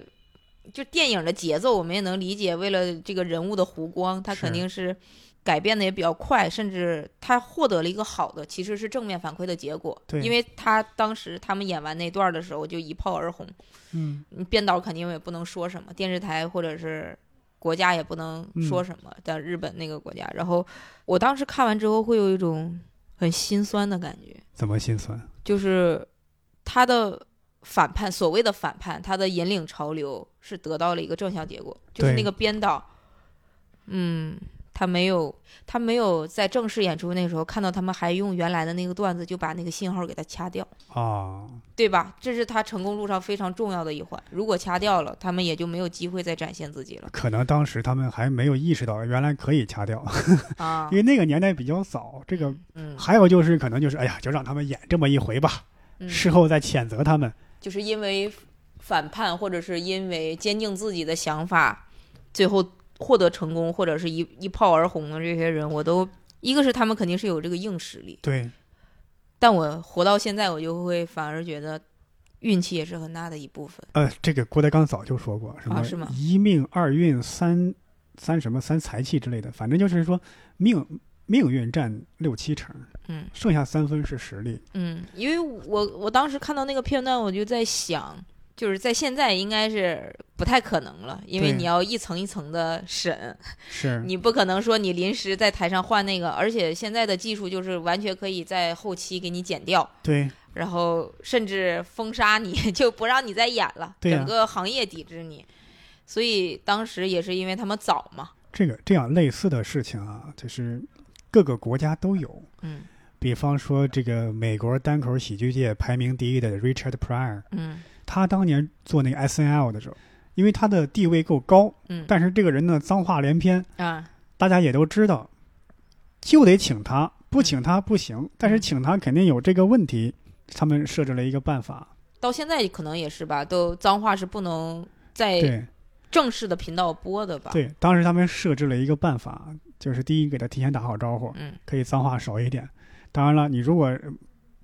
Speaker 2: 就电影的节奏，我们也能理解，为了这个人物的弧光，他
Speaker 1: 是
Speaker 2: 肯定是改变的也比较快，甚至他获得了一个好的，其实是正面反馈的结果。
Speaker 1: 对
Speaker 2: 因为他当时他们演完那段儿的时候就一炮而红，
Speaker 1: 嗯，
Speaker 2: 嗯编导肯定也不能说什么，电视台或者是国家也不能说什么，在日本那个国家。然后我当时看完之后，会有一种很心酸的感觉。
Speaker 1: 怎么心酸？
Speaker 2: 就是他的反叛，所谓的反叛，他的引领潮流是得到了一个正向结果，就是
Speaker 1: 对
Speaker 2: 那个编导，嗯，他没有，他没有在正式演出那时候看到他们还用原来的那个段子，就把那个信号给他掐掉，
Speaker 1: 啊，
Speaker 2: 对吧？这是他成功路上非常重要的一环。如果掐掉了，他们也就没有机会再展现自己了
Speaker 1: 可能当时他们还没有意识到原来可以掐掉，
Speaker 2: 啊
Speaker 1: 因。为那个年代比较早。这个
Speaker 2: 嗯
Speaker 1: 还有就是，可能就是哎呀，就让他们演这么一回吧，
Speaker 2: 嗯，
Speaker 1: 事后再谴责他们。
Speaker 2: 就是因为反叛，或者是因为坚定自己的想法，最后获得成功，或者是一一炮而红的这些人，我都一个是他们肯定是有这个硬实力，
Speaker 1: 对，
Speaker 2: 但我活到现在，我就会反而觉得运气也是很大的一部分。
Speaker 1: 呃，这个郭德纲早就说过，什么、
Speaker 2: 啊是吗
Speaker 1: 一命二运三三什么三财气之类的，反正就是说命命运占六七成，
Speaker 2: 嗯
Speaker 1: 剩下三分是实力。
Speaker 2: 嗯，因为我我当时看到那个片段，我就在想，就是在现在应该是不太可能了，因为
Speaker 1: 对
Speaker 2: 你要一层一层的审，
Speaker 1: 是，
Speaker 2: 你不可能说你临时在台上换那个，而且现在的技术就是完全可以在后期给你剪掉。
Speaker 1: 对，
Speaker 2: 然后甚至封杀你， 就不让你再演了，
Speaker 1: 对呀
Speaker 2: 整个行业抵制你。所以当时也是因为他们早嘛，
Speaker 1: 这个这样类似的事情啊，就是各个国家都有。
Speaker 2: 嗯
Speaker 1: 比方说，这个美国单口喜剧界排名第一的 Richard Pryor，
Speaker 2: 嗯
Speaker 1: 他当年做那个 SNL 的时候，因为他的地位够高，
Speaker 2: 嗯
Speaker 1: 但是这个人呢脏话连篇，
Speaker 2: 啊，
Speaker 1: 大家也都知道，就得请他，不
Speaker 2: 嗯
Speaker 1: 请他不行。但是请他肯定有这个问题，他们设置了一个办法，
Speaker 2: 到现在可能也是吧，都脏话是不能在
Speaker 1: 对
Speaker 2: 正式的频道播哎的吧？，
Speaker 1: 对，当时他们设置了一个办法，就是第一给他提前打好招呼，
Speaker 2: 嗯
Speaker 1: 可以脏话少一点。当然了，你如果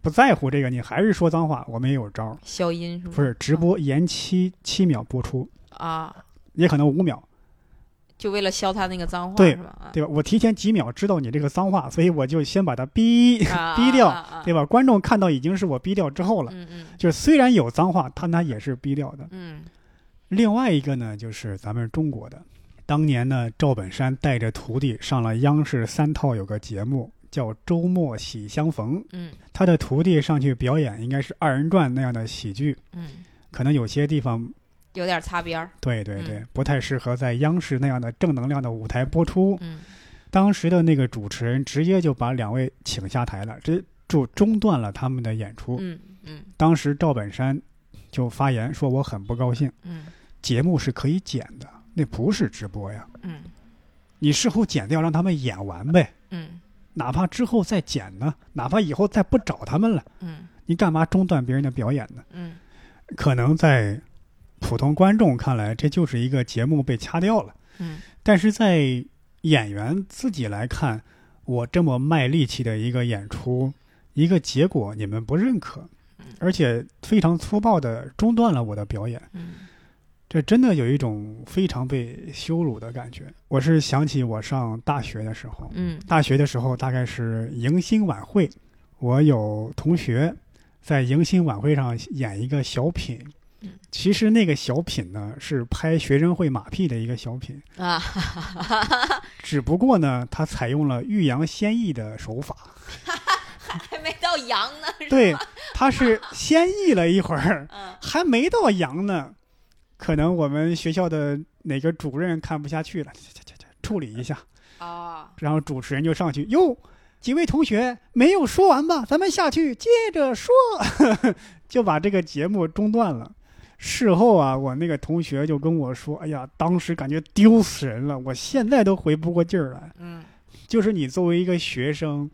Speaker 1: 不在乎这个，你还是说脏话，我们也有招儿，
Speaker 2: 消音是吗？
Speaker 1: 不是直播延期七秒播出，
Speaker 2: 啊，
Speaker 1: 也可能五秒，
Speaker 2: 就为了消他那个脏话
Speaker 1: 对
Speaker 2: 是吧？啊
Speaker 1: 对吧？我提前几秒知道你这个脏话，所以我就先把它逼，
Speaker 2: 啊
Speaker 1: 低调
Speaker 2: 啊啊 啊
Speaker 1: 对吧？观众看到已经是我逼掉之后了。
Speaker 2: 嗯嗯
Speaker 1: 就是虽然有脏话，但它也是逼掉的。
Speaker 2: 嗯
Speaker 1: 另外一个呢，就是咱们中国的，当年呢，赵本山带着徒弟上了央视三套有个节目叫《周末喜相逢》，
Speaker 2: 嗯
Speaker 1: 他的徒弟上去表演应该是二人转那样的喜剧，
Speaker 2: 嗯，
Speaker 1: 可能有些地方
Speaker 2: 有点擦边儿，
Speaker 1: 对对对不太适合在央视那样的正能量的舞台播出。
Speaker 2: 嗯
Speaker 1: 当时的那个主持人直接就把两位请下台了，直接就中断了他们的演出。
Speaker 2: 嗯嗯
Speaker 1: 当时赵本山就发言说：“我很不高兴，
Speaker 2: 嗯
Speaker 1: 节目是可以剪的，那不是直播呀。”
Speaker 2: 嗯
Speaker 1: 你事后剪掉，让他们演完呗，
Speaker 2: 嗯
Speaker 1: 哪怕之后再剪呢，哪怕以后再不找他们了，
Speaker 2: 嗯
Speaker 1: 你干嘛中断别人的表演呢？
Speaker 2: 嗯
Speaker 1: 可能在普通观众看来，这就是一个节目被掐掉了，
Speaker 2: 嗯
Speaker 1: 但是在演员自己来看，我这么卖力气的一个演出，一个结果你们不认可
Speaker 2: 嗯，
Speaker 1: 而且非常粗暴的中断了我的表演。
Speaker 2: 嗯。
Speaker 1: 这真的有一种非常被羞辱的感觉。我是想起我上大学的时候，
Speaker 2: 嗯
Speaker 1: 大学的时候大概是迎新晚会，我有同学在迎新晚会上演一个小品
Speaker 2: 嗯。
Speaker 1: 其实那个小品呢是拍学生会马屁的一个小品，
Speaker 2: 啊，
Speaker 1: 只不过呢，他采用了欲扬先抑的手法。
Speaker 2: 还没到羊呢，是
Speaker 1: 对，他是先抑了一会儿，
Speaker 2: 嗯
Speaker 1: 还没到扬呢，可能我们学校的哪个主任看不下去了，这这这这处理一下，
Speaker 2: 啊，
Speaker 1: 然后主持人就上去，哟，几位同学没有说完吧？咱们下去接着说， 就把这个节目中断了。事后啊，我那个同学就跟我说：“哎呀，当时感觉丢死人了，我现在都回不过劲儿来。
Speaker 2: 嗯
Speaker 1: 就是你作为一个学生，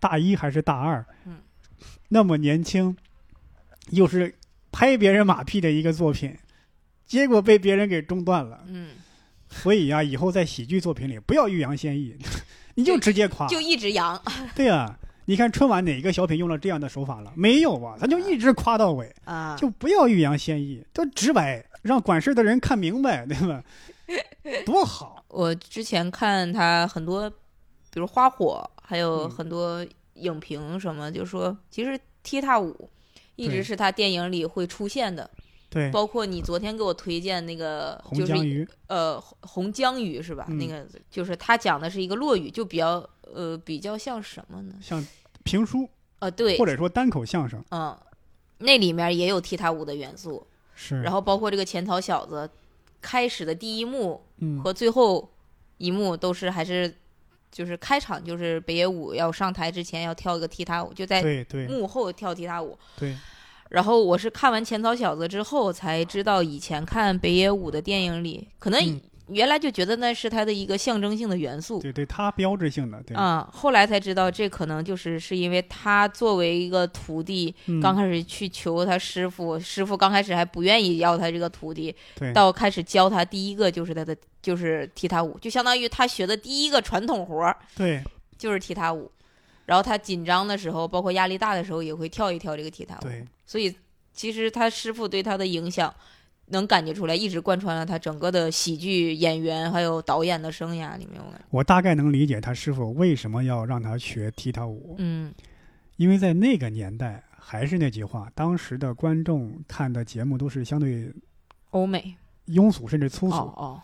Speaker 1: 大一还是大二，
Speaker 2: 嗯，
Speaker 1: 那么年轻，又是拍别人马屁的一个作品，结果被别人给中断了。
Speaker 2: 嗯，
Speaker 1: 所以啊，以后在喜剧作品里不要欲扬先抑， 你就直接夸。
Speaker 2: 就一直羊，
Speaker 1: 对啊，你看春晚哪个小品用了这样的手法了？没有啊，咱就一直夸到尾，
Speaker 2: 啊，
Speaker 1: 就不要欲扬先抑，都直白，让管事的人看明白， 对 吧？多好！
Speaker 2: 我之前看他很多，比如花火，还有
Speaker 1: 嗯
Speaker 2: 很多影评什么，就说其实踢踏舞一直
Speaker 1: 对
Speaker 2: 是他电影里会出现的，
Speaker 1: 对，
Speaker 2: 包括你昨天给我推荐那个
Speaker 1: 红
Speaker 2: 就是
Speaker 1: 江鱼，
Speaker 2: 呃红红江鱼是吧？
Speaker 1: 嗯
Speaker 2: 那个就是他讲的是一个落语，就比较呃比较像什么呢？
Speaker 1: 像评书
Speaker 2: 呃，对
Speaker 1: 或，者说单口相声
Speaker 2: 嗯，那里面也有踢踏舞的元素，
Speaker 1: 是，
Speaker 2: 然后包括这个潜逃小子，开始的第一幕
Speaker 1: 嗯，
Speaker 2: 和最后一幕都是还是就是开场就是北野武要上台之前要跳一个踢踏舞，就在
Speaker 1: 对对
Speaker 2: 幕后跳踢踏舞。
Speaker 1: 对，
Speaker 2: 然后我是看完潜逃小子之后才知道，以前看北野武的电影里，可能
Speaker 1: 嗯
Speaker 2: 原来就觉得那是他的一个象征性的元素。
Speaker 1: 对对，它标志性的对，
Speaker 2: 啊、后来才知道，这可能就是是因为他作为一个徒弟，
Speaker 1: 嗯
Speaker 2: 刚开始去求他师傅，师傅刚开始还不愿意要他这个徒弟，
Speaker 1: 对
Speaker 2: 到开始教他第一个就是他的就是踢踏舞，就相当于他学的第一个传统活儿
Speaker 1: 对
Speaker 2: 就是踢踏舞。然后他紧张的时候，包括压力大的时候，也会跳一跳这个踢踏舞。
Speaker 1: 对，
Speaker 2: 所以其实他师傅对他的影响，能感觉出来，一直贯穿了他整个的喜剧演员还有导演的生涯里面。我感觉，
Speaker 1: 我大概能理解他师傅为什么要让他学踢踏舞，
Speaker 2: 嗯，
Speaker 1: 因为在那个年代，还是那句话，当时的观众看的节目都是相对
Speaker 2: 欧美，
Speaker 1: 庸俗甚至粗俗，
Speaker 2: 哦哦，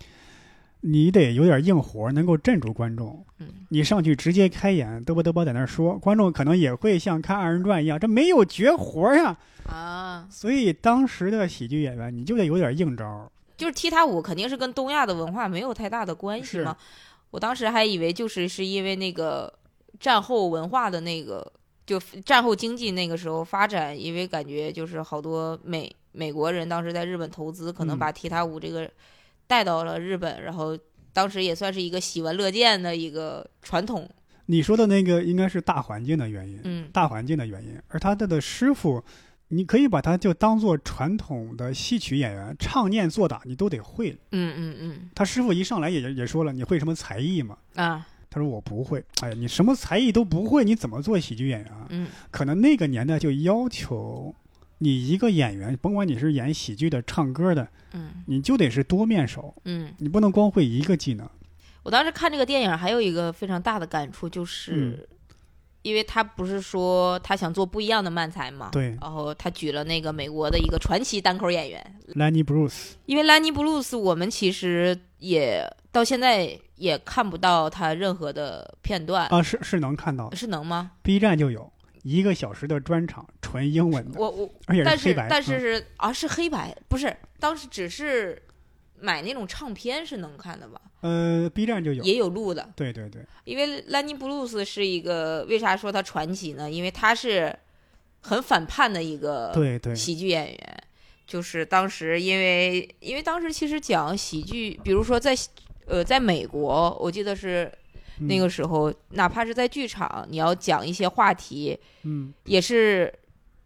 Speaker 1: 你得有点硬活，能够镇住观众。
Speaker 2: 嗯
Speaker 1: 你上去直接开演，嘚啵嘚啵在那儿说，观众可能也会像看二人转一样，这没有绝活呀。
Speaker 2: 啊，
Speaker 1: 所以当时的喜剧演员，你就得有点硬招儿。
Speaker 2: 就是踢踏舞肯定是跟东亚的文化没有太大的关系
Speaker 1: 是
Speaker 2: 嘛。我当时还以为就是是因为那个战后文化的那个，就战后经济那个时候发展，因为感觉就是好多美美国人当时在日本投资，可能
Speaker 1: 嗯
Speaker 2: 把踢踏舞这个带到了日本，然后当时也算是一个喜闻乐见的一个传统。
Speaker 1: 你说的那个应该是大环境的原因，
Speaker 2: 嗯
Speaker 1: 大环境的原因。而他的的师傅，你可以把他就当做传统的戏曲演员，唱念做打你都得会。
Speaker 2: 嗯嗯
Speaker 1: 他师傅一上来也也说了，你会什么才艺吗？
Speaker 2: 嗯啊
Speaker 1: 他说我不会。哎呀，你什么才艺都不会，你怎么做喜剧演员啊？
Speaker 2: 嗯
Speaker 1: 可能那个年代就要求你一个演员，甭管你是演喜剧的、唱歌的，
Speaker 2: 嗯
Speaker 1: 你就得是多面手，
Speaker 2: 嗯。
Speaker 1: 你不能光会一个技能。
Speaker 2: 我当时看这个电影，还有一个非常大的感触，
Speaker 1: 嗯
Speaker 2: 就是，因为他不是说他想做不一样的漫才嘛，
Speaker 1: 对
Speaker 2: 然后他举了那个美国的一个传奇单口演员，
Speaker 1: Lenny Bruce，
Speaker 2: 因为兰尼布鲁斯，我们其实也到现在也看不到他任何的片段，呃
Speaker 1: 啊，是是能看到的
Speaker 2: 是能吗？
Speaker 1: ，B 站就有一个小时的专场，纯英文的，
Speaker 2: 我我，
Speaker 1: 而且
Speaker 2: 但
Speaker 1: 黑
Speaker 2: 是
Speaker 1: 白。
Speaker 2: 但是
Speaker 1: 嗯
Speaker 2: 是、啊，是黑白，不是，当时只是买那种唱片是能看的吧，
Speaker 1: 呃，B 站就有，
Speaker 2: 也有录的，
Speaker 1: 对对对，
Speaker 2: 因为兰尼布鲁斯是一个，为啥说他传奇呢？因为他是很反叛的一个
Speaker 1: 对对，
Speaker 2: 喜剧演员，就是当时因为因为当时其实讲喜剧，比如说在呃在美国，我记得是
Speaker 1: 嗯
Speaker 2: 那个时候，哪怕是在剧场，你要讲一些话题，
Speaker 1: 嗯，
Speaker 2: 也是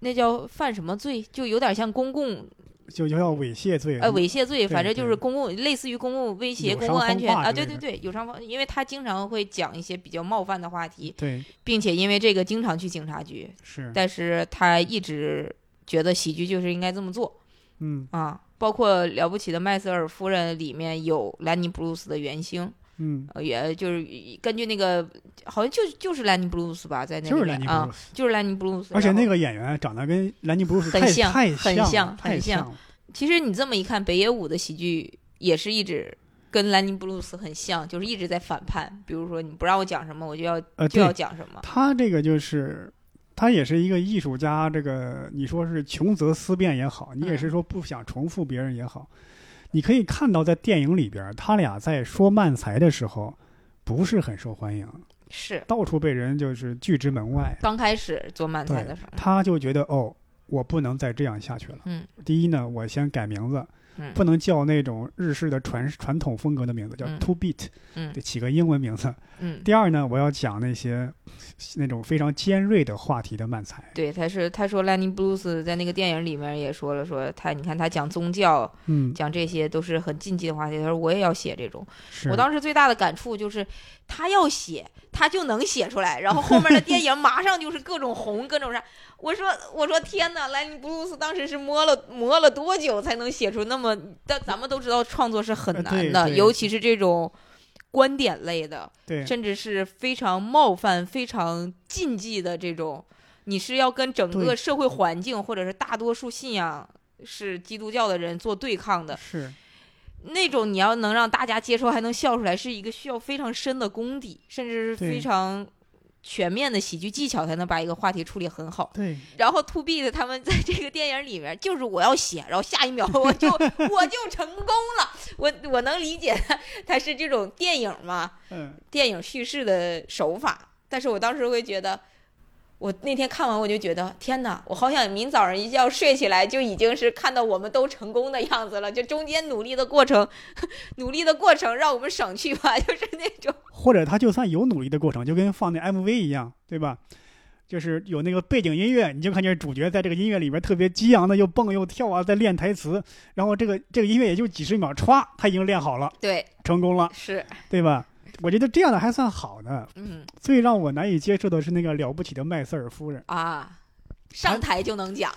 Speaker 2: 那叫犯什么罪，就有点像公共
Speaker 1: 就就叫猥亵罪，
Speaker 2: 呃，猥亵罪，
Speaker 1: 对
Speaker 2: 反正就
Speaker 1: 对
Speaker 2: 是公共，类似于公共威胁、
Speaker 1: 有
Speaker 2: 公
Speaker 1: 伤
Speaker 2: 共安
Speaker 1: 风
Speaker 2: 全
Speaker 1: 化
Speaker 2: 啊，
Speaker 1: 之
Speaker 2: 对
Speaker 1: 类
Speaker 2: 对
Speaker 1: 的
Speaker 2: 对，有伤风，因为他经常会讲一些比较冒犯的话题，
Speaker 1: 对，
Speaker 2: 并且因为这个经常去警察局，
Speaker 1: 是，
Speaker 2: 但是他一直觉得喜剧就是应该这么做
Speaker 1: 嗯
Speaker 2: 啊。包括《了不起的麦瑟尔夫人》里面有兰尼·布鲁斯的原型，
Speaker 1: 嗯，
Speaker 2: 呃，也就是根据那个，好像就就是兰尼·布鲁斯吧，在那
Speaker 1: 就是
Speaker 2: 里面
Speaker 1: Lenny
Speaker 2: 啊，
Speaker 1: Bruce，
Speaker 2: 就是兰尼·布鲁斯。
Speaker 1: 而且
Speaker 2: 然后
Speaker 1: 那个演员长得跟 Lenny Bruce
Speaker 2: 很
Speaker 1: 太
Speaker 2: 像
Speaker 1: 太
Speaker 2: 很
Speaker 1: 像
Speaker 2: 像
Speaker 1: 了，太
Speaker 2: 很像
Speaker 1: 了，
Speaker 2: 其实你这么一看，北野武的喜剧也是一直跟兰尼布鲁斯很像，就是一直在反叛。比如说你不让我讲什么，我就要
Speaker 1: 呃，
Speaker 2: 就
Speaker 1: 对
Speaker 2: 要，讲什么。
Speaker 1: 他这个就是，他也是一个艺术家。这个你说是穷则思变也好，你也
Speaker 2: 嗯
Speaker 1: 是说不想重复别人也好，你可以看到在电影里边，他俩在说慢才的时候，不是很受欢迎，
Speaker 2: 是
Speaker 1: 到处被人就是拒之门外。
Speaker 2: 刚开始做漫才
Speaker 1: 对
Speaker 2: 的时，候，
Speaker 1: 他就觉得哦，我不能再这样下去了。
Speaker 2: 嗯
Speaker 1: 第一呢，我先改名字，
Speaker 2: 嗯
Speaker 1: 不能叫那种日式的传传统风格的名字，叫
Speaker 2: 嗯
Speaker 1: Two Beat，、
Speaker 2: 嗯
Speaker 1: 得起个英文名字。
Speaker 2: 嗯，
Speaker 1: 第二呢，我要讲那些那种非常尖锐的话题的慢才。
Speaker 2: 对，他是他说兰尼布鲁斯在那个电影里面也说了，说他你看他讲宗教，
Speaker 1: 嗯，
Speaker 2: 讲这些都是很禁忌的话题。他说我也要写这种。
Speaker 1: 是
Speaker 2: 我当时最大的感触就是，他要写，他就能写出来，然后后面的电影马上就是各种红，各种啥。我说，我说天哪，莱尼布鲁斯当时是摸了磨了多久才能写出那么？但咱们都知道创作是很
Speaker 1: 呃对
Speaker 2: 难的，
Speaker 1: 对
Speaker 2: 尤其是这种观点类的，
Speaker 1: 对
Speaker 2: 甚至是非常冒犯、非常禁忌的这种，你是要跟整
Speaker 1: 对
Speaker 2: 个社会环境或者是大多数信仰是基督教的人做对抗的。
Speaker 1: 是
Speaker 2: 那种你要能让大家接受还能笑出来，是一个需要非常深的功底，甚至是
Speaker 1: 对
Speaker 2: 非常全面的喜剧技巧才能把一个话题处理很好。
Speaker 1: 对
Speaker 2: 然后 To B 的他们在这个电影里面，就是我要写，然后下一秒我就我就成功了。我我能理解他他是这种电影嘛，
Speaker 1: 嗯
Speaker 2: 电影叙事的手法，但是我当时会觉得。我那天看完，我就觉得天哪，我好想明早上一觉睡起来就已经是看到我们都成功的样子了。就中间努力的过程， 努力的过程让我们省去吧， 就是那种
Speaker 1: 或者他就算有努力的过程，就跟放那 MV 一样，对吧？就是有那个背景音乐，你就看见主角在这个音乐里边特别激昂的又蹦又跳啊，在练台词，然后这个这个音乐也就几十秒，歘，他已经练好了，
Speaker 2: 对，
Speaker 1: 成功了，
Speaker 2: 是，
Speaker 1: 对吧？我觉得这样的还算好的，
Speaker 2: 嗯
Speaker 1: 最让我难以接受的是那个了不起的麦瑟尔夫人。
Speaker 2: 啊，上台就能讲，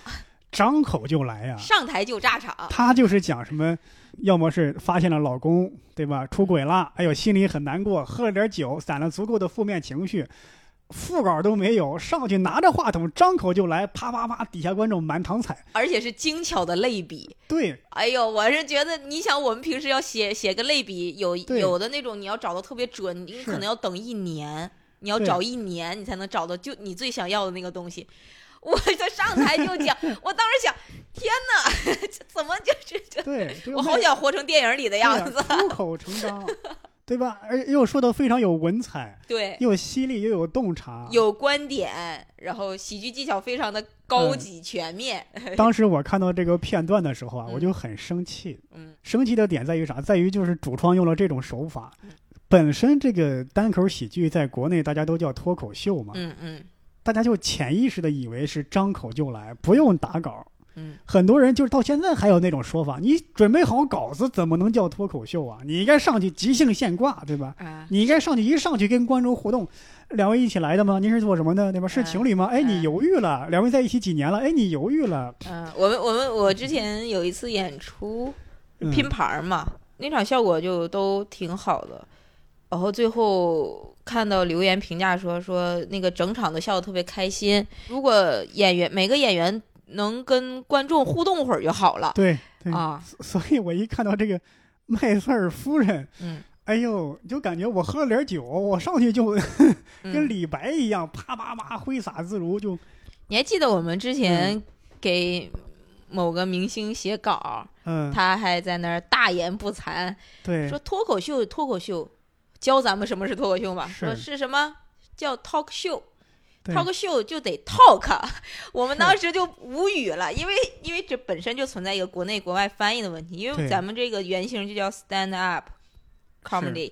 Speaker 1: 张口就来啊呀、
Speaker 2: 上台就炸场，
Speaker 1: 她就是讲什么，要么是发现了老公，对吧？出轨了，哎呦，心里很难过，喝了点酒，攒了足够的负面情绪，副稿都没有，上去拿着话筒，张口就来，啪啪啪，底下观众满堂彩。
Speaker 2: 而且是精巧的类比。
Speaker 1: 对，
Speaker 2: 哎呦，我是觉得，你想，我们平时要写写个类比，有
Speaker 1: 对
Speaker 2: 有的那种你要找的特别准，你
Speaker 1: 是
Speaker 2: 可能要等一年，你要
Speaker 1: 对
Speaker 2: 找一年，你才能找到就你最想要的那个东西。 我就上台就 讲，我当时想，天哪， 这怎么就是这？
Speaker 1: 对，这个
Speaker 2: 我
Speaker 1: 妹
Speaker 2: 好想活成电影里的
Speaker 1: 对
Speaker 2: 样
Speaker 1: 呀
Speaker 2: 子。
Speaker 1: 出口成章，对吧？而又说的非常有文采，
Speaker 2: 对，啊
Speaker 1: 又犀利又有洞察。
Speaker 2: 有观点，然后喜剧技巧非常的高级全面。
Speaker 1: 当时我看到这个片段的时候啊，
Speaker 2: 嗯
Speaker 1: 我就很生气。
Speaker 2: 嗯，
Speaker 1: 生气的点在于啥？在于就是主创用了这种手法。
Speaker 2: 嗯
Speaker 1: 本身这个单口喜剧在国内大家都叫脱口秀嘛，
Speaker 2: 嗯嗯
Speaker 1: 大家就潜意识的以为是张口就来，不用打稿。
Speaker 2: 嗯，
Speaker 1: 很多人就是到现在还有那种说法，你准备好稿子怎么能叫脱口秀啊？你应该上去即兴现挂，对吧？
Speaker 2: 啊，
Speaker 1: 你应该上去一上去跟观众互动，两位一起来的吗？您是做什么的，对吧？是
Speaker 2: 嗯
Speaker 1: 情侣吗？哎，你
Speaker 2: 嗯
Speaker 1: 犹豫了。两位在一起几年了？哎，你犹豫了。
Speaker 2: 嗯，我们我们我之前有一次演出
Speaker 1: 嗯
Speaker 2: 拼盘儿嘛，那场效果就都挺好的，然后最后看到留言评价说说那个整场都笑得特别开心，如果演员每个演员能跟观众互动会儿就好了
Speaker 1: 对对
Speaker 2: 啊，
Speaker 1: 所 以我一看到这个麦瑟尔夫人，
Speaker 2: 嗯，
Speaker 1: 哎呦，就感觉我喝了点酒，我上去就跟
Speaker 2: 嗯，
Speaker 1: 李白一样，啪啪啪挥洒自如，就
Speaker 2: 你还记得我
Speaker 1: 嗯
Speaker 2: 们之前给某个明星写稿儿，
Speaker 1: 嗯，
Speaker 2: 他还在那儿大言不惭
Speaker 1: 对
Speaker 2: 说脱口秀，脱口秀，教咱们什么是脱口秀吧？
Speaker 1: 是
Speaker 2: 说是什么叫 talk show。
Speaker 1: 对
Speaker 2: talk show 就得 talk，我们当时就无语了，因为因为这本身就存在一个国内国外翻译的问题，因
Speaker 1: 对
Speaker 2: 为咱们这个原型就叫 stand up comedy，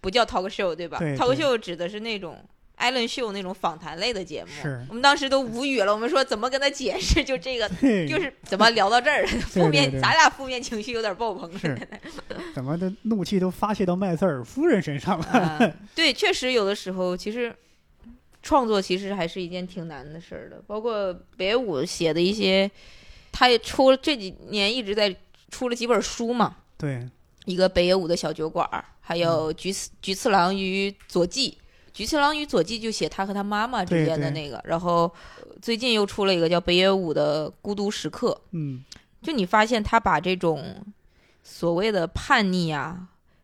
Speaker 2: 不叫 talk show 对吧
Speaker 1: 对
Speaker 2: ？talk
Speaker 1: 对
Speaker 2: show 指的是那种艾伦秀那种访谈类的节目
Speaker 1: 是，
Speaker 2: 我们当时都无语了，我们说怎么跟他解释？就这个
Speaker 1: 对，
Speaker 2: 就是怎么聊到这儿，负面
Speaker 1: 对对
Speaker 2: 咱俩负面情绪有点爆棚了。
Speaker 1: 是怎么的怒气都发泄到麦瑟尔夫人身上了。
Speaker 2: 啊， 对，确实有的时候，其实创作其实还是一件挺难的事儿的。包括北野武写的一些，他也出了这几年一直在出了几本书嘛，
Speaker 1: 对，
Speaker 2: 一个北野武的小酒馆儿，还有
Speaker 1: 嗯
Speaker 2: 菊次菊次郎与佐纪。菊次郎与佐纪就写他和他妈妈之
Speaker 1: 对
Speaker 2: 间的
Speaker 1: 对
Speaker 2: 那个，然后呃最近又出了一个叫北野武的《孤独时刻》，
Speaker 1: 嗯，
Speaker 2: 就你发现他把这种所谓的叛逆啊，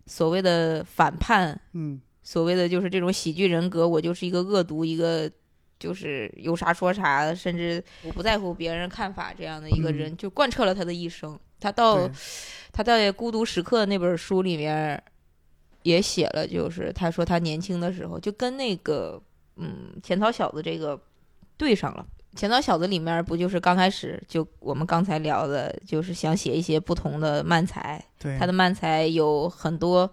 Speaker 2: 所谓的反叛，
Speaker 1: 嗯，
Speaker 2: 所谓的就是这种喜剧人格，我就是一个恶毒，一个就是有啥说啥，甚至我不在乎别人看法这样的一个人，就贯彻了他的一生。他到
Speaker 1: 对
Speaker 2: 他在《孤独时刻》那本书里面也写了，就是他说他年轻的时候就跟那个嗯《浅草小子》这个对上了。《浅草小子》里面不就是刚开始就我们刚才聊的，就是想写一些不同的漫才，
Speaker 1: 对，
Speaker 2: 他的漫才有很多，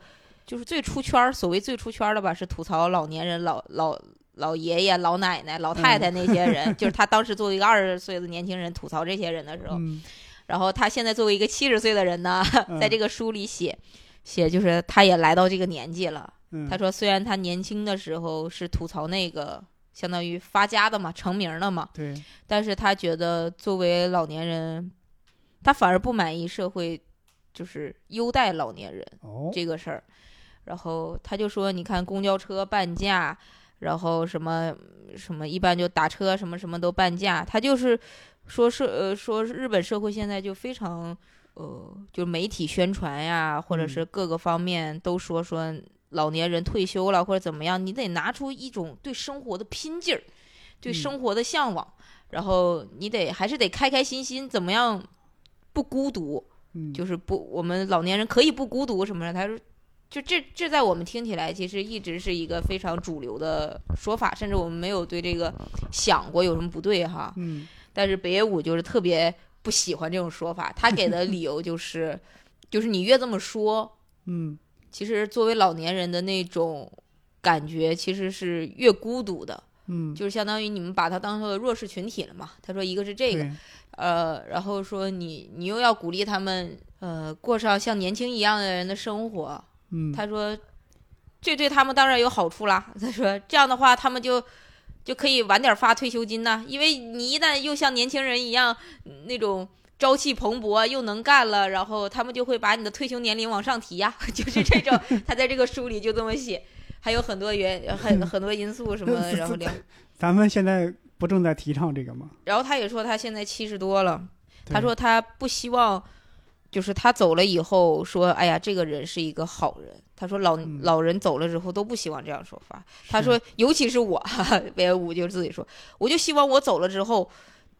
Speaker 2: 就是最出圈儿，所谓最出圈儿的吧，是吐槽老年人、老老老爷爷、老奶奶、老
Speaker 1: 嗯
Speaker 2: 太太那些 人。就是他当时作为一个二十岁的年轻人吐槽这些人的时候，
Speaker 1: 嗯，
Speaker 2: 然后他现在作为一个七十岁的人呢，
Speaker 1: 嗯
Speaker 2: 在这个书里写写，就是他也来到这个年纪了。
Speaker 1: 嗯
Speaker 2: 他说，虽然他年轻的时候是吐槽那个相当于发家的嘛、成名的嘛，
Speaker 1: 对，
Speaker 2: 但是他觉得作为老年人，他反而不满意社会就是优待老年人
Speaker 1: 哦，
Speaker 2: 这个事儿。然后他就说，你看公交车半价，然后什么什么一般就打车什么什么都半价，他就是说是呃说日本社会现在就非常呃就媒体宣传呀，或者是
Speaker 1: 嗯
Speaker 2: 各个方面都说说老年人退休了或者怎么样，你得拿出一种对生活的拼劲儿，对
Speaker 1: 嗯
Speaker 2: 生活的向往，然后你得还是得开开心心，怎么样不孤独，
Speaker 1: 嗯，
Speaker 2: 就是不，我们老年人可以不孤独什么的。他说，就这这在我们听起来其实一直是一个非常主流的说法，甚至我们没有对这个想过有什么不对哈。
Speaker 1: 嗯，
Speaker 2: 但是北野武就是特别不喜欢这种说法，他给的理由就是，就是你越这么说，
Speaker 1: 嗯，
Speaker 2: 其实作为老年人的那种感觉其实是越孤独的，
Speaker 1: 嗯，
Speaker 2: 就是相当于你们把他当做弱势群体了嘛。他说，一个是这个，
Speaker 1: 对
Speaker 2: 呃，然后说你你又要鼓励他们，呃，过上像年轻一样的人的生活。
Speaker 1: 嗯，
Speaker 2: 他说，这对他们当然有好处啦。他说这样的话，他们就就可以晚点发退休金呐、因为你一旦又像年轻人一样嗯那种朝气蓬勃，又能干了，然后他们就会把你的退休年龄往上提呀、 就是这种。他在这个书里就这么写，还有很多原很很多因素什么，然后聊。
Speaker 1: 咱们现在不正在提倡这个吗？
Speaker 2: 然后他也说他现在七十多了，
Speaker 1: 对
Speaker 2: 他说他不希望，就是他走了以后说，哎呀，这个人是一个好人。他说老、
Speaker 1: 嗯
Speaker 2: 老人走了之后都不希望这样说法。他
Speaker 1: 是
Speaker 2: 说，尤其是我， 哈哈，别五就自己说，我就希望我走了之后，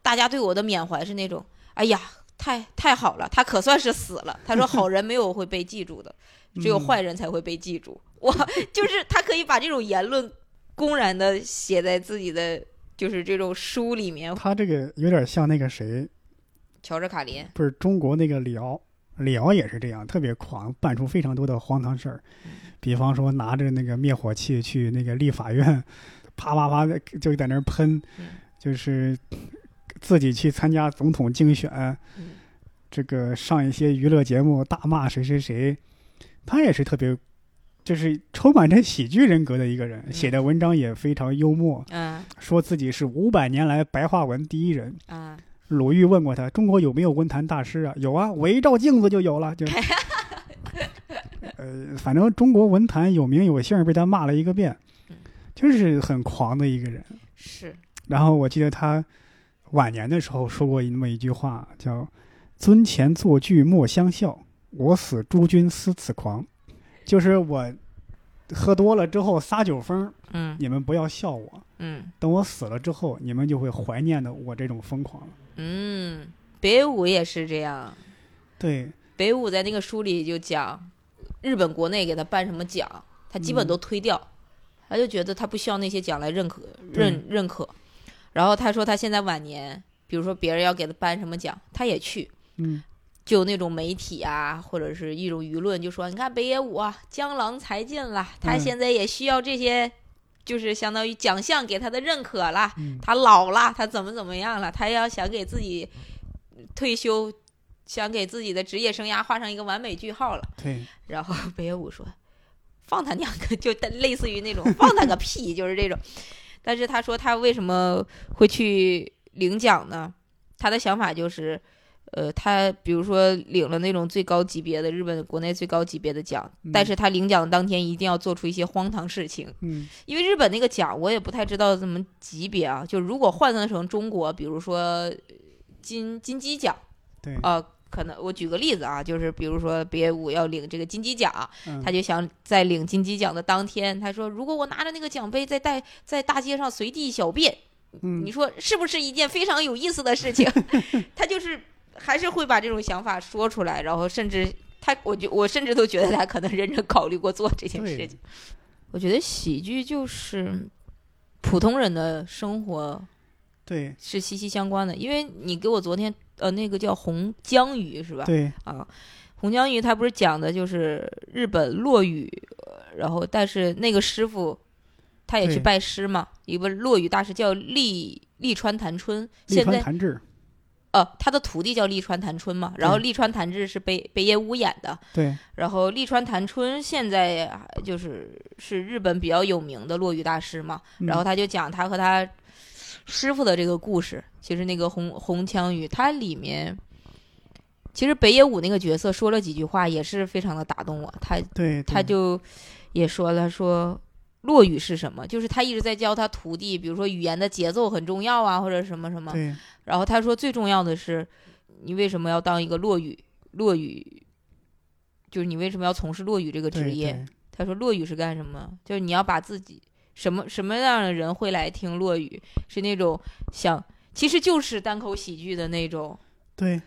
Speaker 2: 大家对我的缅怀是那种，哎呀，太太好了，他可算是死 了。他说好人没有会被记住的，只有
Speaker 1: 嗯
Speaker 2: 坏人才会被记住。哇，就是他可以把这种言论公然的写在自己的就是这种书里面。
Speaker 1: 他这个有点像那个谁，
Speaker 2: 乔治卡林，
Speaker 1: 不是中国那个李敖，李敖也是这样，特别狂，办出非常多的荒唐事儿，
Speaker 2: 嗯
Speaker 1: 比方说拿着那个灭火器去那个立法院， 啪啪啪地就在那儿喷
Speaker 2: 嗯，
Speaker 1: 就是自己去参加总统竞选
Speaker 2: 嗯，
Speaker 1: 这个上一些娱乐节目大骂谁谁谁，他也是特别。就是充满着喜剧人格的一个人，
Speaker 2: 嗯
Speaker 1: 写的文章也非常幽默，
Speaker 2: 嗯
Speaker 1: 说自己是五百年来白话文第一人。
Speaker 2: 嗯，
Speaker 1: 鲁豫问过他，中国有没有文坛大师啊？有啊，我一照镜子就有了。就，呃，反正中国文坛有名有姓，被他骂了一个遍
Speaker 2: 嗯，
Speaker 1: 就是很狂的一个人。
Speaker 2: 是，
Speaker 1: 然后我记得他晚年的时候说过那么一句话，叫“尊前作剧莫相笑，我死诸君思此狂”，就是我喝多了之后撒酒疯，
Speaker 2: 嗯
Speaker 1: 你们不要笑我。
Speaker 2: 嗯
Speaker 1: 等我死了之后，你们就会怀念的我这种疯狂了。
Speaker 2: 嗯，北舞也是这样。
Speaker 1: 对，
Speaker 2: 北舞在那个书里就讲，日本国内给他颁什么奖，他基本
Speaker 1: 嗯
Speaker 2: 都推掉，他就觉得他不需要那些奖来认可
Speaker 1: 对
Speaker 2: 认认可。然后他说他现在晚年，比如说别人要给他颁什么奖，他也去。
Speaker 1: 嗯，
Speaker 2: 就那种媒体啊，或者是一种舆论，就说你看北野武啊，江郎才尽了，他
Speaker 1: 嗯
Speaker 2: 现在也需要这些，就是相当于奖项给他的认可啦。
Speaker 1: 嗯
Speaker 2: 他老了，他怎么怎么样了，他要想给自己退休，想给自己的职业生涯画上一个完美句号了。
Speaker 1: 对，
Speaker 2: 然后北野武说：“放他娘个，就类似于那种放他个屁，就是这种。”但是他说他为什么会去领奖呢？他的想法就是，呃，他比如说领了那种最高级别的日本国内最高级别的奖，
Speaker 1: 嗯
Speaker 2: 但是他领奖当天一定要做出一些荒唐事情。
Speaker 1: 嗯
Speaker 2: 因为日本那个奖我也不太知道怎么级别啊，就如果换算成中国，比如说呃金金鸡奖，
Speaker 1: 对，
Speaker 2: 呃，可能我举个例子啊，就是比如说别武要领这个金鸡奖，啊
Speaker 1: 嗯
Speaker 2: 他就想在领金鸡奖的当天，他说如果我拿着那个奖杯在带在大街上随地小便，
Speaker 1: 嗯
Speaker 2: 你说是不是一件非常有意思的事情？ 他就是还是会把这种想法说出来，然后甚至他，我觉我甚至都觉得他可能认真考虑过做这件事
Speaker 1: 对
Speaker 2: 情。我觉得喜剧就是普通人的生活
Speaker 1: 对
Speaker 2: 是息息相关的，因为你给我昨天呃那个叫红江鱼是吧？
Speaker 1: 对
Speaker 2: 啊，红江鱼他不是讲的就是日本落语，呃然后但是那个师傅他也去
Speaker 1: 对
Speaker 2: 拜师嘛，一个落语大师叫利利川谈春，
Speaker 1: 立
Speaker 2: 现
Speaker 1: 川
Speaker 2: 在
Speaker 1: 谈志，
Speaker 2: 呃他的徒弟叫利川谈春嘛，然后
Speaker 1: 对
Speaker 2: 利川谈志是北北野武演的，
Speaker 1: 对
Speaker 2: 然后利川谈春现在啊就是是日本比较有名的落语大师嘛，
Speaker 1: 嗯
Speaker 2: 然后他就讲他和他师傅的这个故事，其实那个红红枪鱼，它里面其实北野武那个角色说了几句话，也是非常的打动我。他
Speaker 1: 对
Speaker 2: 他
Speaker 1: 对
Speaker 2: 就也说了说。落语是什么？就是他一直在教他徒弟，比如说语言的节奏很重要啊，或者什么什么。
Speaker 1: 对
Speaker 2: 然后他说最重要的是，你为什么要当一个落语？落语就是你为什么要从事落语这个
Speaker 1: 对
Speaker 2: 职业？
Speaker 1: 对
Speaker 2: 他说落雨是干什么？就是你要把自己什么什么样的人会来听落雨？是那种想，其实就是单口喜剧的那种，
Speaker 1: 对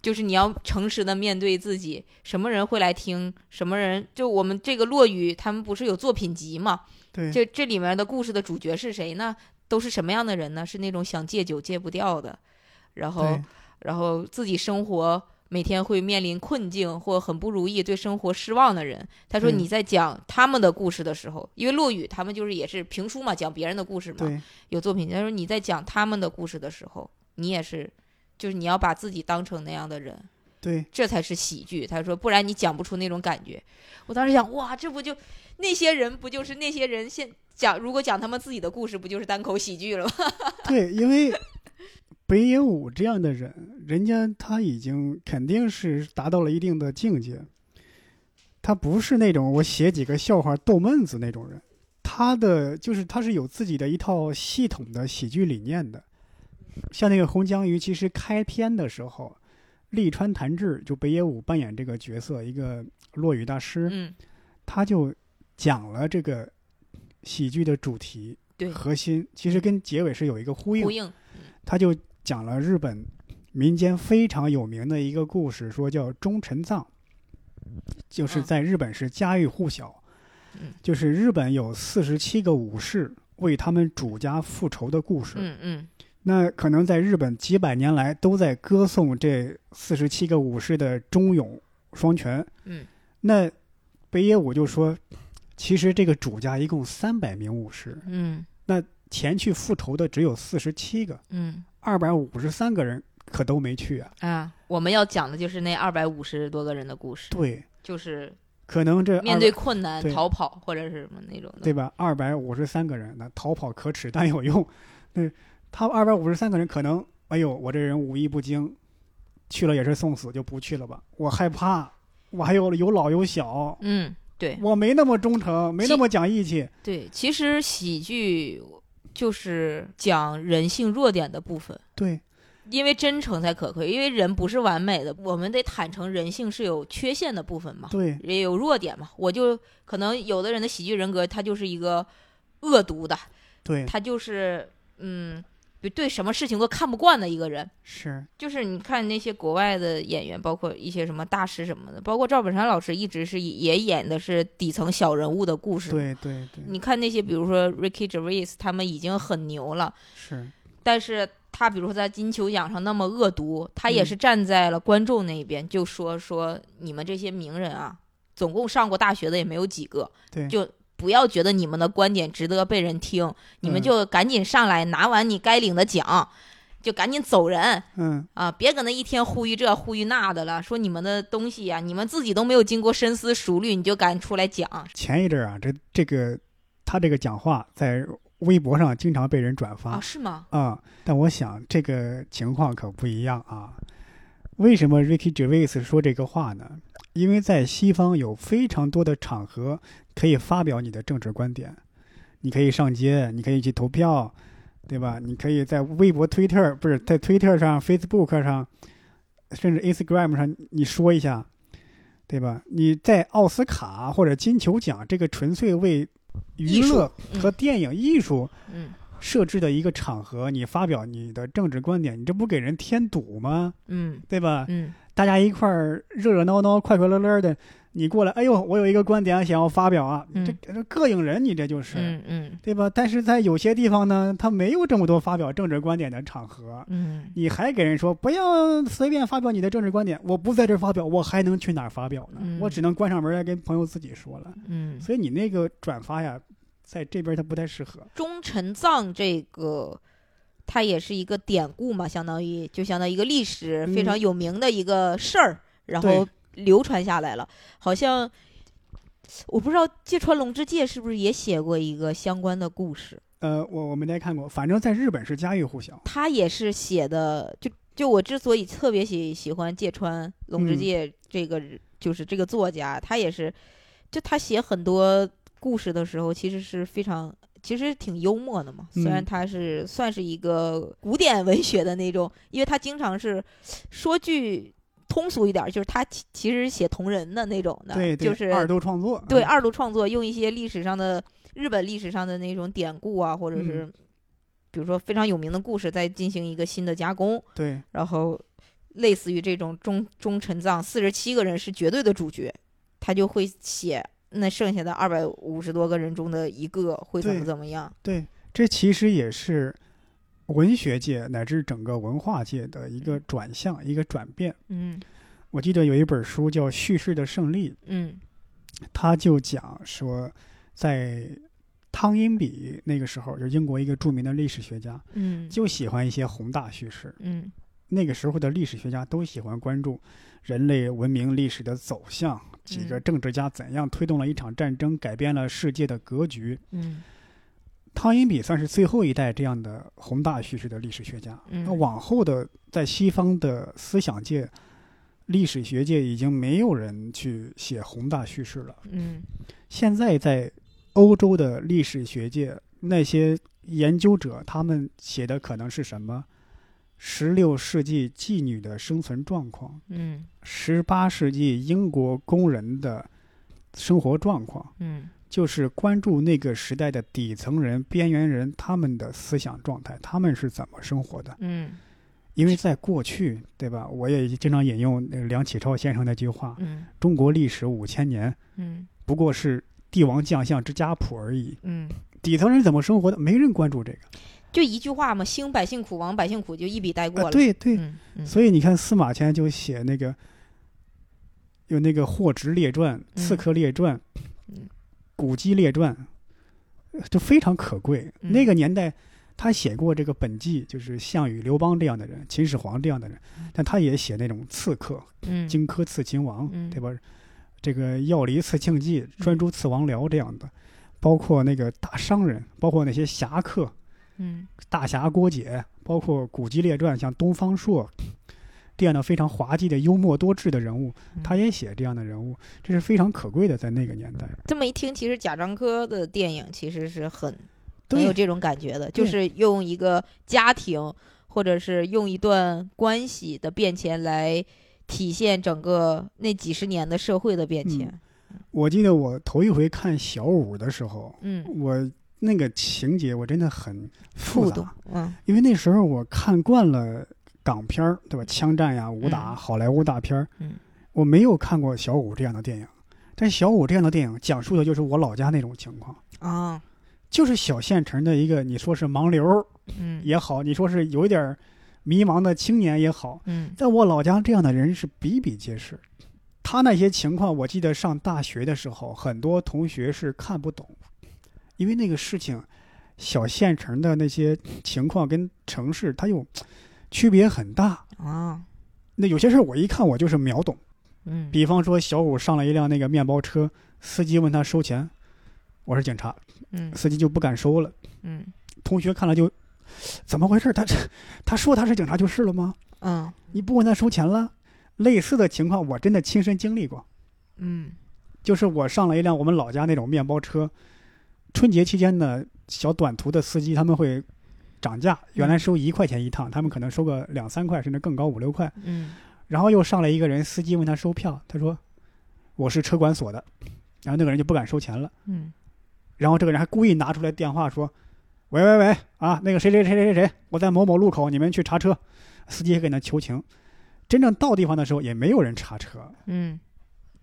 Speaker 2: 就是你要诚实的面对自己，什么人会来听？什么人？就我们这个落雨，他们不是有作品集嘛？
Speaker 1: 对
Speaker 2: 这这里面的故事的主角是谁呢？都是什么样的人呢？是那种想戒酒戒不掉的，然后
Speaker 1: 对
Speaker 2: 然后自己生活每天会面临困境或很不如意、对生活失望的人。他说
Speaker 1: 嗯
Speaker 2: 你在讲他们的故事的时候，因为落雨他们就是也是评书嘛，讲别人的故事嘛，
Speaker 1: 对
Speaker 2: 有作品。他说你在讲他们的故事的时候，你也是，就是你要把自己当成那样的人。
Speaker 1: 对，
Speaker 2: 这才是喜剧。他说，不然你讲不出那种感觉。我当时想，哇，这不就那些人不就是那些人现讲，如果讲他们自己的故事，不就是单口喜剧了吗？
Speaker 1: 对，因为北野武这样的人，人家他已经肯定是达到了一定的境界，他不是那种我写几个笑话逗闷子那种人，他的就是他是有自己的一套系统的喜剧理念的。像那个《红江鱼》，其实开篇的时候，利川弹志就北野武扮演这个角色，一个落语大师，
Speaker 2: 嗯，
Speaker 1: 他就讲了这个喜剧的主题
Speaker 2: 对
Speaker 1: 核心，其实跟结尾是有一个呼应
Speaker 2: 呼。应，
Speaker 1: 他就讲了日本民间非常有名的一个故事，说叫忠臣藏，就是
Speaker 2: 嗯
Speaker 1: 在日本是家喻户晓
Speaker 2: 嗯，
Speaker 1: 就是日本有四十七个武士为他们主家复仇的故事。
Speaker 2: 嗯嗯，
Speaker 1: 那可能在日本几百年来都在歌颂这四十七个武士的忠勇双全。
Speaker 2: 嗯，
Speaker 1: 那北野武就说，其实这个主家一共三百名武士，
Speaker 2: 嗯
Speaker 1: 前去复仇的只有四十七个，
Speaker 2: 嗯
Speaker 1: 二百五十三个人可都没去啊。
Speaker 2: 啊，我们要讲的就是那二百五十多个人的故事，
Speaker 1: 对，
Speaker 2: 就是
Speaker 1: 可能这
Speaker 2: 面
Speaker 1: 200
Speaker 2: 对困难
Speaker 1: 对
Speaker 2: 逃跑或者是什么那种的。
Speaker 1: 对吧？二百五十三个人，那逃跑可耻但有用。那他二百五十三个人可能，哎呦，我这人武艺不精，去了也是送死，就不去了吧。我害怕，我还有有老有小，
Speaker 2: 嗯，对
Speaker 1: 我没那么忠诚，没那么讲义气。
Speaker 2: 对，其实喜剧就是讲人性弱点的部分。
Speaker 1: 对
Speaker 2: 因为真诚才可贵，因为人不是完美的，我们得坦诚，人性是有缺陷的部分嘛，
Speaker 1: 对
Speaker 2: 也有弱点嘛。我就可能有的人的喜剧人格，他就是一个恶毒的，
Speaker 1: 对，
Speaker 2: 他就是嗯，对什么事情都看不惯的一个人。
Speaker 1: 是，
Speaker 2: 就是你看那些国外的演员，包括一些什么大师什么的，包括赵本山老师，一直是以也演的是底层小人物的故事。，
Speaker 1: 对对对，
Speaker 2: 你看那些，比如说 Ricky Gervais，他们已经很牛了，
Speaker 1: 是
Speaker 2: 但是他比如说在金球奖上那么恶毒，他也
Speaker 1: 嗯
Speaker 2: 是站在了观众那一边，就说说你们这些名人啊，总共上过大学的也没有几个，
Speaker 1: 对
Speaker 2: 就不要觉得你们的观点值得被人听，你们
Speaker 1: 嗯
Speaker 2: 就赶紧上来拿完你该领的奖，就赶紧走人。
Speaker 1: 嗯，
Speaker 2: 啊，别搁那一天呼吁这呼吁那的了，说你们的东西呀、你们自己都没有经过深思熟虑，你就敢出来讲，
Speaker 1: 前一阵儿啊，这这个他这个讲话在微博上经常被人转发
Speaker 2: 啊，是吗？
Speaker 1: 啊、但我想这个情况可不一样啊。为什么 Ricky Gervais 说这个话呢？因为在西方有非常多的场合可以发表你的政治观点，你可以上街，你可以去投票，对吧？你可以在微博、推特，不是在推特上、Facebook 上，甚至 Instagram 上，你说一下，对吧？你在奥斯卡或者金球奖这个纯粹为娱
Speaker 2: 艺术
Speaker 1: 乐
Speaker 2: 嗯
Speaker 1: 和电影艺术
Speaker 2: 嗯
Speaker 1: 设置的一个场合，你发表你的政治观点，你这不给人添堵吗？
Speaker 2: 嗯
Speaker 1: 对吧？
Speaker 2: 嗯
Speaker 1: 大家一块儿热热闹闹、快快乐乐的，你过来，哎呦，我有一个观点想要发表啊，
Speaker 2: 嗯
Speaker 1: 这这膈应人，你这就是，
Speaker 2: 嗯嗯
Speaker 1: 对吧？但是在有些地方呢，他没有这么多发表政治观点的场合，
Speaker 2: 嗯，
Speaker 1: 你还给人说不要随便发表你的政治观点，我不在这儿发表，我还能去哪儿发表呢？
Speaker 2: 嗯
Speaker 1: 我只能关上门来跟朋友自己说了。
Speaker 2: 嗯，
Speaker 1: 所以你那个转发呀，在这边它不太适合。
Speaker 2: 忠臣藏这个，它也是一个典故嘛，相当于就相当于一个历史
Speaker 1: 嗯
Speaker 2: 非常有名的一个事儿，然后流传下来了。好像我不知道芥川龙之介是不是也写过一个相关的故事，
Speaker 1: 呃，我我没太看过，反正在日本是家喻户晓。
Speaker 2: 他也是写的，就就我之所以特别喜喜欢芥川龙
Speaker 1: 嗯
Speaker 2: 之介这个、就是这个作家，他也是，就他写很多故事的时候，其实是非常。其实挺幽默的嘛，
Speaker 1: 嗯
Speaker 2: 虽然他是算是一个古典文学的那种，因为他经常是说句通俗一点儿，就是他其其实写同人的那种的，
Speaker 1: 对，对
Speaker 2: 就是
Speaker 1: 二度创作。
Speaker 2: 对
Speaker 1: 嗯，
Speaker 2: 二度创作，用一些历史上的日本历史上的那种典故啊，或者
Speaker 1: 嗯
Speaker 2: 是比如说非常有名的故事，再进行一个新的加工，
Speaker 1: 对，
Speaker 2: 然后类似于这种忠忠臣藏四十七个人是绝对的主角，他就会写那剩下的二百五十多个人中的一个会怎么
Speaker 1: 对
Speaker 2: 怎么样。
Speaker 1: 这其实也是文学界乃至整个文化界的一个转向，一个转变。
Speaker 2: 嗯
Speaker 1: 我记得有一本书叫《叙事的胜利
Speaker 2: 嗯》，
Speaker 1: 它就讲说，在汤因比那个时候，就英国一个著名的历史学家，
Speaker 2: 嗯
Speaker 1: 就喜欢一些宏大叙事。
Speaker 2: 嗯
Speaker 1: 那个时候的历史学家都喜欢关注人类文明历史的走向，几个
Speaker 2: 嗯
Speaker 1: 政治家怎样推动了一场战争，改变了世界的格局。
Speaker 2: 嗯
Speaker 1: 汤因比算是最后一代这样的宏大叙事的历史学家。
Speaker 2: 嗯
Speaker 1: 那往后的在西方的思想界、历史学界已经没有人去写宏大叙事了。
Speaker 2: 嗯
Speaker 1: 现在在欧洲的历史学界，那些研究者他们写的可能是什么？十六世纪妓女的生存状况，
Speaker 2: 嗯
Speaker 1: 十八世纪英国工人的生活状况，
Speaker 2: 嗯
Speaker 1: 就是关注那个时代的底层人、边缘人，他们的思想状态，他们是怎么生活的？
Speaker 2: 嗯
Speaker 1: 因为在过去，对吧？我也经常引用那个梁启超先生那句话
Speaker 2: 嗯：“
Speaker 1: 中国历史五千年，
Speaker 2: 嗯
Speaker 1: 不过是帝王将相之家谱而已。
Speaker 2: 嗯，”
Speaker 1: 底层人怎么生活的，没人关注这个。
Speaker 2: 就一句话嘛，兴百姓苦，亡百姓苦，就一笔带过
Speaker 1: 啊，
Speaker 2: 了。
Speaker 1: 对对，
Speaker 2: 嗯，嗯
Speaker 1: 所以你看司马迁就写那个有那个《霍职列传》《刺
Speaker 2: 嗯
Speaker 1: 客列传》
Speaker 2: 嗯
Speaker 1: 古籍列传》呃，就非常可贵。
Speaker 2: 嗯
Speaker 1: 那个年代，他写过这个本纪，就是项羽、刘邦这样的人，秦始皇这样的人，但他也写那种刺客，
Speaker 2: 嗯
Speaker 1: 荆轲刺秦王，
Speaker 2: 嗯
Speaker 1: 对吧？这个药离刺庆忌、专诸刺王僚这样的，包括那个大商人，包括那些侠客，
Speaker 2: 嗯
Speaker 1: 大侠郭解，包括古籍列传，像东方朔这样的非常滑稽的幽默多智的人物，
Speaker 2: 嗯
Speaker 1: 他也写这样的人物，这是非常可贵的，在那个年代。
Speaker 2: 这么一听，其实贾樟柯的电影其实是很很有
Speaker 1: 对
Speaker 2: 这种感觉的，就
Speaker 1: 对
Speaker 2: 是用一个家庭，或者是用一段关系的变迁来体现整个那几十年的社会的变迁。
Speaker 1: 我记得我头一回看小五的时候，
Speaker 2: 嗯，
Speaker 1: 我那个情节我真的很复
Speaker 2: 动
Speaker 1: 杂，，
Speaker 2: 嗯
Speaker 1: 因为那时候我看惯了港片儿，对吧？枪战呀、武打、
Speaker 2: 嗯
Speaker 1: 好莱坞大片儿，
Speaker 2: 嗯
Speaker 1: 我没有看过小五这样的电影。但小五这样的电影讲述的就是我老家那种情况，
Speaker 2: 啊，
Speaker 1: 就是小县城的一个，你说是盲流儿，
Speaker 2: 嗯
Speaker 1: 也好，你说是有一点儿迷茫的青年也好，
Speaker 2: 嗯
Speaker 1: 在我老家这样的人是比比皆是。他那些情况，我记得上大学的时候，很多同学是看不懂，因为那个事情，小县城的那些情况跟城市它又区别很大。
Speaker 2: 啊，
Speaker 1: 那有些事儿我一看我就是秒懂，
Speaker 2: 嗯
Speaker 1: 比方说小五上了一辆那个面包车，司机问他收钱，我是警察，
Speaker 2: 嗯
Speaker 1: 司机就不敢收了。
Speaker 2: 嗯
Speaker 1: 同学看了就，怎么回事？他他说他是警察就是了吗？
Speaker 2: 嗯
Speaker 1: 你不问他收钱了？类似的情况我真的亲身经历过，
Speaker 2: 嗯
Speaker 1: 就是我上了一辆我们老家那种面包车，春节期间呢，小短途的司机他们会涨价，原来收一块钱一趟，他们可能收个两三块，甚至更高五六块。
Speaker 2: 嗯
Speaker 1: 然后又上来一个人，司机问他收票，他说我是车管所的，然后那个人就不敢收钱了。
Speaker 2: 嗯
Speaker 1: 然后这个人还故意拿出来电话说：“喂喂喂啊，那个谁谁谁谁谁谁，我在某某路口，你们去查车。”司机还给他求情。真正到地方的时候，也没有人查车，
Speaker 2: 嗯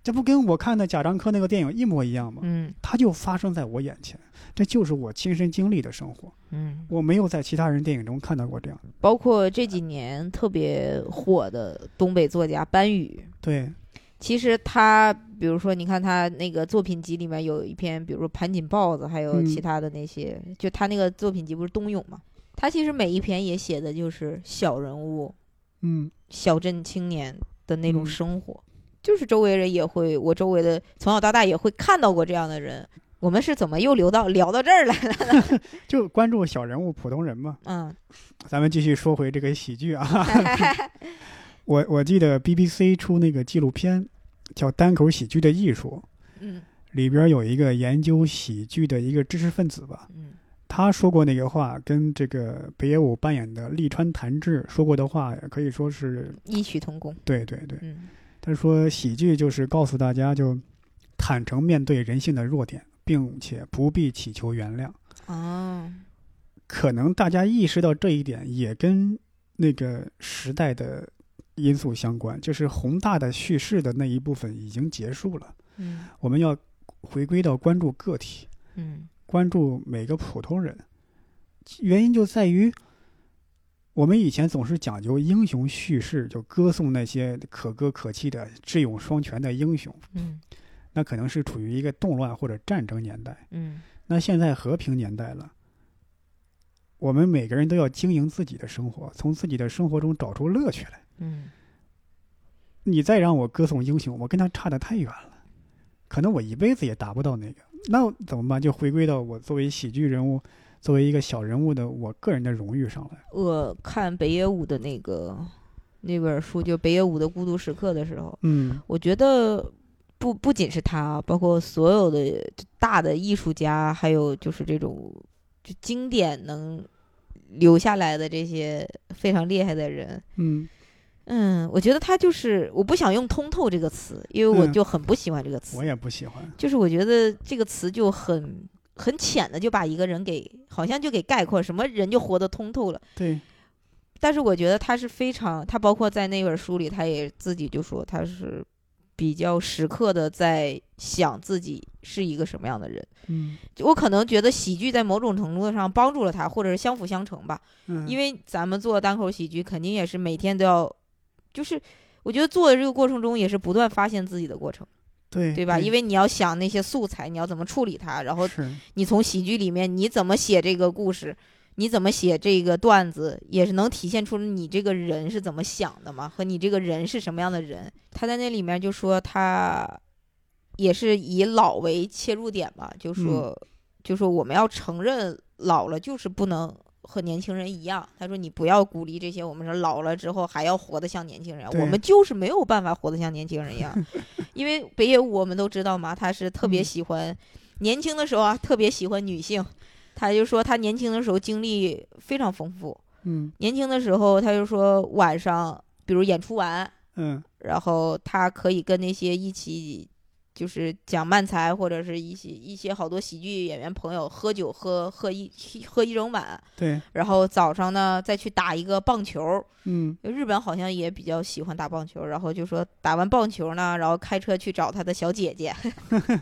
Speaker 1: 这不跟我看的贾樟柯那个电影一模一样吗？
Speaker 2: 嗯
Speaker 1: 它就发生在我眼前，这就是我亲身经历的生活，
Speaker 2: 嗯。
Speaker 1: 我没有在其他人电影中看到过这样。
Speaker 2: 包括这几年特别火的东北作家班宇，
Speaker 1: 对，
Speaker 2: 其实他，比如说，你看他那个作品集里面有一篇，比如说盘锦豹子，还有
Speaker 1: 嗯
Speaker 2: 其他的那些，就他那个作品集不是冬泳嘛？他其实每一篇也写的就是小人物、
Speaker 1: 嗯，
Speaker 2: 小镇青年的那种
Speaker 1: 嗯
Speaker 2: 生活，就是周围人也会，我周围的从小到大也会看到过这样的人。我们是怎么又聊到聊到这儿来了？
Speaker 1: 就关注小人物、普通人嘛。
Speaker 2: 嗯
Speaker 1: 咱们继续说回这个喜剧啊。 我我记得 BBC 出那个纪录片，叫《单口喜剧的艺术》。
Speaker 2: 嗯
Speaker 1: 里边有一个研究喜剧的一个知识分子吧，
Speaker 2: 嗯
Speaker 1: 他说过那个话，跟这个北野武扮演的利川弹志说过的话，可以说是
Speaker 2: 异曲同工。
Speaker 1: 对对对。
Speaker 2: 嗯
Speaker 1: 他说喜剧就是告诉大家，就坦诚面对人性的弱点，并且不必祈求原谅。
Speaker 2: 啊
Speaker 1: 可能大家意识到这一点，也跟那个时代的因素相关，就是宏大的叙事的那一部分已经结束了，
Speaker 2: 嗯
Speaker 1: 我们要回归到关注个体。
Speaker 2: 嗯
Speaker 1: 关注每个普通人，原因就在于我们以前总是讲究英雄叙事，就歌颂那些可歌可泣的智勇双全的英雄，
Speaker 2: 嗯
Speaker 1: 那可能是处于一个动乱或者战争年代。
Speaker 2: 嗯
Speaker 1: 那现在和平年代了，我们每个人都要经营自己的生活，从自己的生活中找出乐趣来。
Speaker 2: 嗯
Speaker 1: 你再让我歌颂英雄，我跟他差得太远了，可能我一辈子也达不到那个。那怎么办？就回归到我作为喜剧人物，作为一个小人物的我个人的荣誉上来。
Speaker 2: 我呃看北野武的那个那本书，就北野武的《孤独时刻》的时候，
Speaker 1: 嗯
Speaker 2: 我觉得不不仅是他，包括所有的大的艺术家，还有就是这种就经典能留下来的这些非常厉害的人。
Speaker 1: 嗯
Speaker 2: 嗯，我觉得他就是，我不想用“通透”这个词，因为我
Speaker 1: 嗯
Speaker 2: 就很不喜欢这个词。
Speaker 1: 我也不喜欢。
Speaker 2: 就是我觉得这个词就很很浅的就把一个人给好像就给概括，什么人就活得通透了。
Speaker 1: 对，
Speaker 2: 但是我觉得他是非常，他包括在那本书里，他也自己就说他是比较时刻的在想自己是一个什么样的人。
Speaker 1: 嗯
Speaker 2: 就我可能觉得喜剧在某种程度上帮助了他，或者是相辅相成吧。
Speaker 1: 嗯，
Speaker 2: 因
Speaker 1: 为
Speaker 2: 为咱们做单口喜剧，肯定也是每天都要，就是我觉得做的这个过程中也是不断发现自己的过程，
Speaker 1: 嗯对
Speaker 2: 对吧？因
Speaker 1: 为
Speaker 2: 为你要想那些素材，你要怎么处理它，然后
Speaker 1: 是
Speaker 2: 你从喜剧里面你怎么写这个故事，你怎么写这个段子，也是能体现出你这个人是怎么想的嘛，和你这个人是什么样的人。他在那里面就说他也是以老为切入点嘛，就说、就说我们要承认老了就是不能。和年轻人一样，他说你不要鼓励这些。我们说老了之后还要活得像年轻人，
Speaker 1: 对
Speaker 2: 我们就是没有办法活得像年轻人一样，因为北野武我们都知道嘛，他是特别
Speaker 1: 嗯
Speaker 2: 喜欢年轻的时候啊，特别喜欢女性。他就说他年轻的时候经历非常丰富，
Speaker 1: 嗯
Speaker 2: 年轻的时候他就说晚上，比如演出完，
Speaker 1: 嗯
Speaker 2: 然后他可以跟那些一起就是讲漫才或者是一些一些好多喜剧演员朋友喝酒喝喝一喝一整晚，
Speaker 1: 对
Speaker 2: 然后早上呢再去打一个棒球，
Speaker 1: 嗯
Speaker 2: 日本好像也比较喜欢打棒球，然后就说打完棒球呢，然后开车去找他的小姐姐，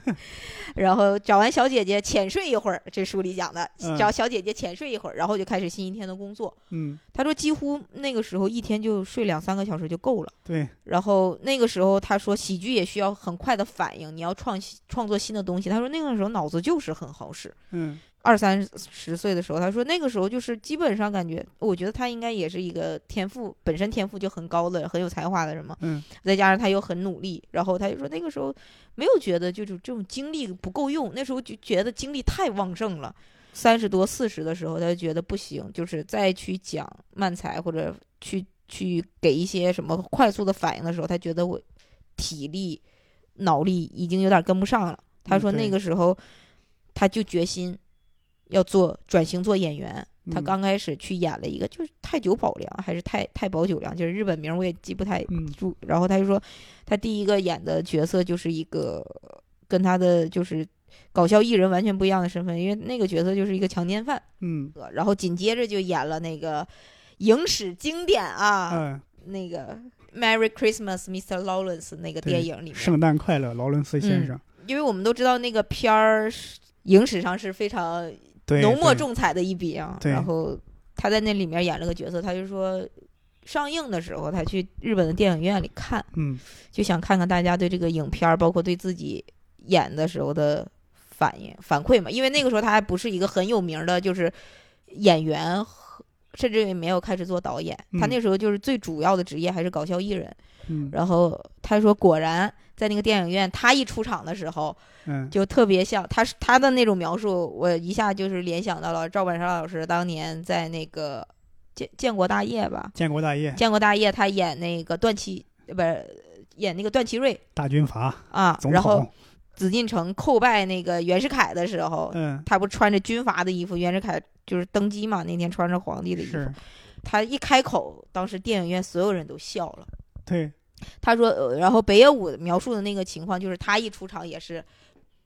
Speaker 2: 然后找完小姐姐浅睡一会儿，这书里讲的
Speaker 1: 嗯，
Speaker 2: 找小姐姐浅睡一会儿，然后就开始新一天的工作。
Speaker 1: 嗯
Speaker 2: 他说几乎那个时候一天就睡两三个小时就够了。
Speaker 1: 对
Speaker 2: 然后那个时候他说喜剧也需要很快的反应，你要创新创作新的东西。他说那个时候脑子就是很好使，
Speaker 1: 嗯
Speaker 2: 二三十岁的时候，他说那个时候就是基本上感觉，我觉得他应该也是一个天赋本身天赋就很高的、很有才华的人嘛。
Speaker 1: 嗯，
Speaker 2: 再加上他又很努力，然后他就说那个时候没有觉得就是这种精力不够用，那时候就觉得精力太旺盛了。三十多、四十的时候，他就觉得不行，就是再去讲慢才或者去去给一些什么快速的反应的时候，他觉得我体力、脑力已经有点跟不上了。他
Speaker 1: 嗯
Speaker 2: 说
Speaker 1: 对
Speaker 2: 那个时候他就决心要做转型做演员。他
Speaker 1: 嗯
Speaker 2: 刚开始去演了一个就是太久保良还是太太保久良，就是日本名我也记不太
Speaker 1: 嗯
Speaker 2: 住。然后他就说，他第一个演的角色就是一个跟他的就是搞笑艺人完全不一样的身份，因为那个角色就是一个强奸犯。
Speaker 1: 嗯
Speaker 2: 然后紧接着就演了那个影史经典啊，
Speaker 1: 嗯，
Speaker 2: 那个《Merry Christmas, Mr. Lawrence》那个
Speaker 1: 对
Speaker 2: 电影里面，
Speaker 1: 圣诞快乐，劳伦斯先生。
Speaker 2: 因为我们都知道那个片儿是影史上是非常
Speaker 1: 对，
Speaker 2: 浓墨
Speaker 1: 对
Speaker 2: 重彩的一笔啊。
Speaker 1: 对
Speaker 2: 然后他在那里面演了个角色，他就说上映的时候他去日本的电影院里看，
Speaker 1: 嗯
Speaker 2: 就想看看大家对这个影片儿，包括对自己演的时候的反应反馈嘛。因为那个时候他还不是一个很有名的，就是演员和。甚至也没有开始做导演，他
Speaker 1: 嗯
Speaker 2: 那时候就是最主要的职业还是搞笑艺人。
Speaker 1: 嗯
Speaker 2: 然后他说，果然在那个电影院，他一出场的时候，
Speaker 1: 嗯
Speaker 2: 就特别像他是他的那种描述，我一下就是联想到了赵本山老师当年在那个建建国大业吧，
Speaker 1: 建国大业，
Speaker 2: 建国大业他演那个段祺呃不是演那个段祺瑞
Speaker 1: 大军阀，
Speaker 2: 啊
Speaker 1: 总，
Speaker 2: 然后
Speaker 1: 统。
Speaker 2: 紫禁城叩拜那个袁世凯的时候，
Speaker 1: 嗯，
Speaker 2: 他不穿着军阀的衣服，袁世凯就是登基嘛，那天穿着皇帝的衣服
Speaker 1: 是，
Speaker 2: 他一开口，当时电影院所有人都笑了。
Speaker 1: 对，
Speaker 2: 他说，呃然后北野武描述的那个情况就是他一出场也是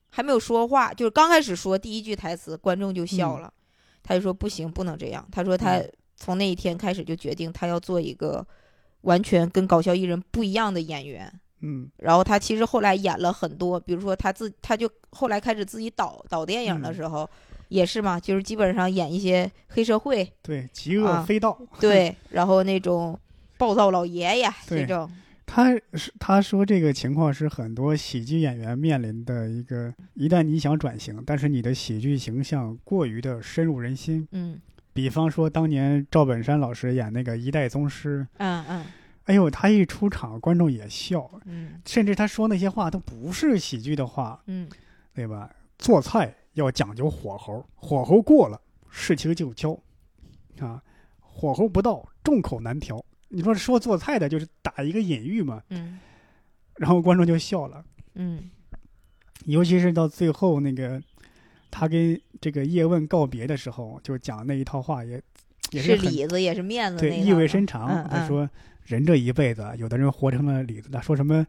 Speaker 2: 还没有说话，就是刚开始说第一句台词，观众就笑了，他就说不行，不能这样。他说他
Speaker 1: 嗯
Speaker 2: 从那一天开始就决定他要做一个完全跟搞笑艺人不一样的演员。
Speaker 1: 嗯
Speaker 2: 然后他其实后来演了很多，比如说他自他就后来开始自己导导电影
Speaker 1: 嗯
Speaker 2: 的时候，也是嘛，就是基本上演一些黑 社会，
Speaker 1: 对，极恶
Speaker 2: 啊
Speaker 1: 飞盗。
Speaker 2: 对，然后那种暴躁老爷爷
Speaker 1: 对
Speaker 2: 这种，
Speaker 1: 他是他说这个情况是很多喜剧演员面临的一个，一旦你想转型，但是你的喜剧形象过于的深入人心，
Speaker 2: 嗯
Speaker 1: 比方说当年赵本山老师演那个一代宗师，
Speaker 2: 嗯嗯
Speaker 1: 哎呦，他一出场观众也笑，
Speaker 2: 嗯
Speaker 1: 甚至他说那些话都不是喜剧的话，
Speaker 2: 嗯
Speaker 1: 对吧？做菜要讲究火候，火候过了事情就焦，啊，火候不到众口难调。你说说做菜的就是打一个隐喻嘛，
Speaker 2: 嗯
Speaker 1: 然后观众就笑了。
Speaker 2: 嗯
Speaker 1: 尤其是到最后那个他跟这个叶问告别的时候，就讲那一套话也也
Speaker 2: 是
Speaker 1: 很
Speaker 2: 里子也是面子那
Speaker 1: 对
Speaker 2: 一
Speaker 1: 意
Speaker 2: 套
Speaker 1: 味
Speaker 2: 的
Speaker 1: 深长。
Speaker 2: 嗯
Speaker 1: 他
Speaker 2: 嗯
Speaker 1: 说人这一辈子，有的人活成了李子的，说什么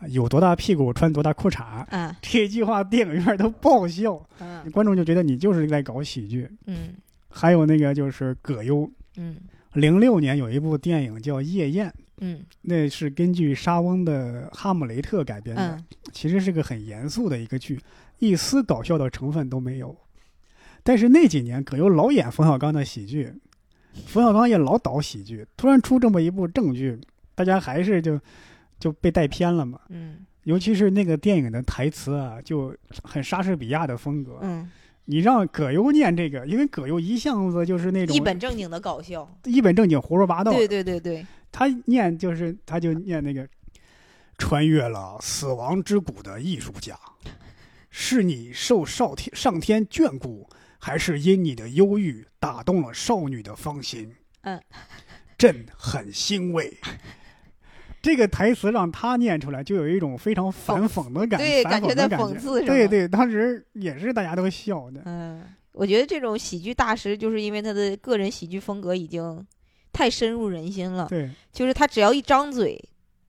Speaker 1: 呃有多大屁股穿多大裤衩，
Speaker 2: 嗯
Speaker 1: 这句话电影院都爆笑，
Speaker 2: 嗯
Speaker 1: 观众就觉得你就是在搞喜剧。
Speaker 2: 嗯
Speaker 1: 还有那个就是葛优，
Speaker 2: 嗯
Speaker 1: 零六年有一部电影叫《夜宴》。
Speaker 2: 嗯
Speaker 1: 那是根据莎翁的《哈姆雷特》改编的，
Speaker 2: 嗯
Speaker 1: 其实是个很严肃的一个剧，一丝搞笑的成分都没有。但是那几年葛优老演冯小刚的喜剧，冯小刚也老导喜剧，突然出这么一部正剧，大家还是就就被带偏了嘛。
Speaker 2: 嗯
Speaker 1: 尤其是那个电影的台词啊，就很莎士比亚的风格。
Speaker 2: 嗯，
Speaker 1: 你让葛优念这个，因为葛优一向子就是那种
Speaker 2: 嗯一本正经的搞笑，
Speaker 1: 一本正经胡说八道，
Speaker 2: 对对对对，
Speaker 1: 他念就是他就念那个，穿越了死亡之谷的艺术家，是你受上天上天眷顾，还是因你的忧郁打动了少女的芳心？
Speaker 2: 嗯，
Speaker 1: 朕很欣慰。这个台词让他念出来，就有一种非常反讽的感，
Speaker 2: 对
Speaker 1: 反
Speaker 2: 感
Speaker 1: 讽
Speaker 2: 觉
Speaker 1: 的
Speaker 2: 在
Speaker 1: 感
Speaker 2: 讽
Speaker 1: 觉。
Speaker 2: 刺是吧？
Speaker 1: 对对，当时也是大家都笑的。
Speaker 2: 嗯，我觉得这种喜剧大师，就是因为他的个人喜剧风格已经太深入人心了，
Speaker 1: 对，
Speaker 2: 就是他只要一张嘴，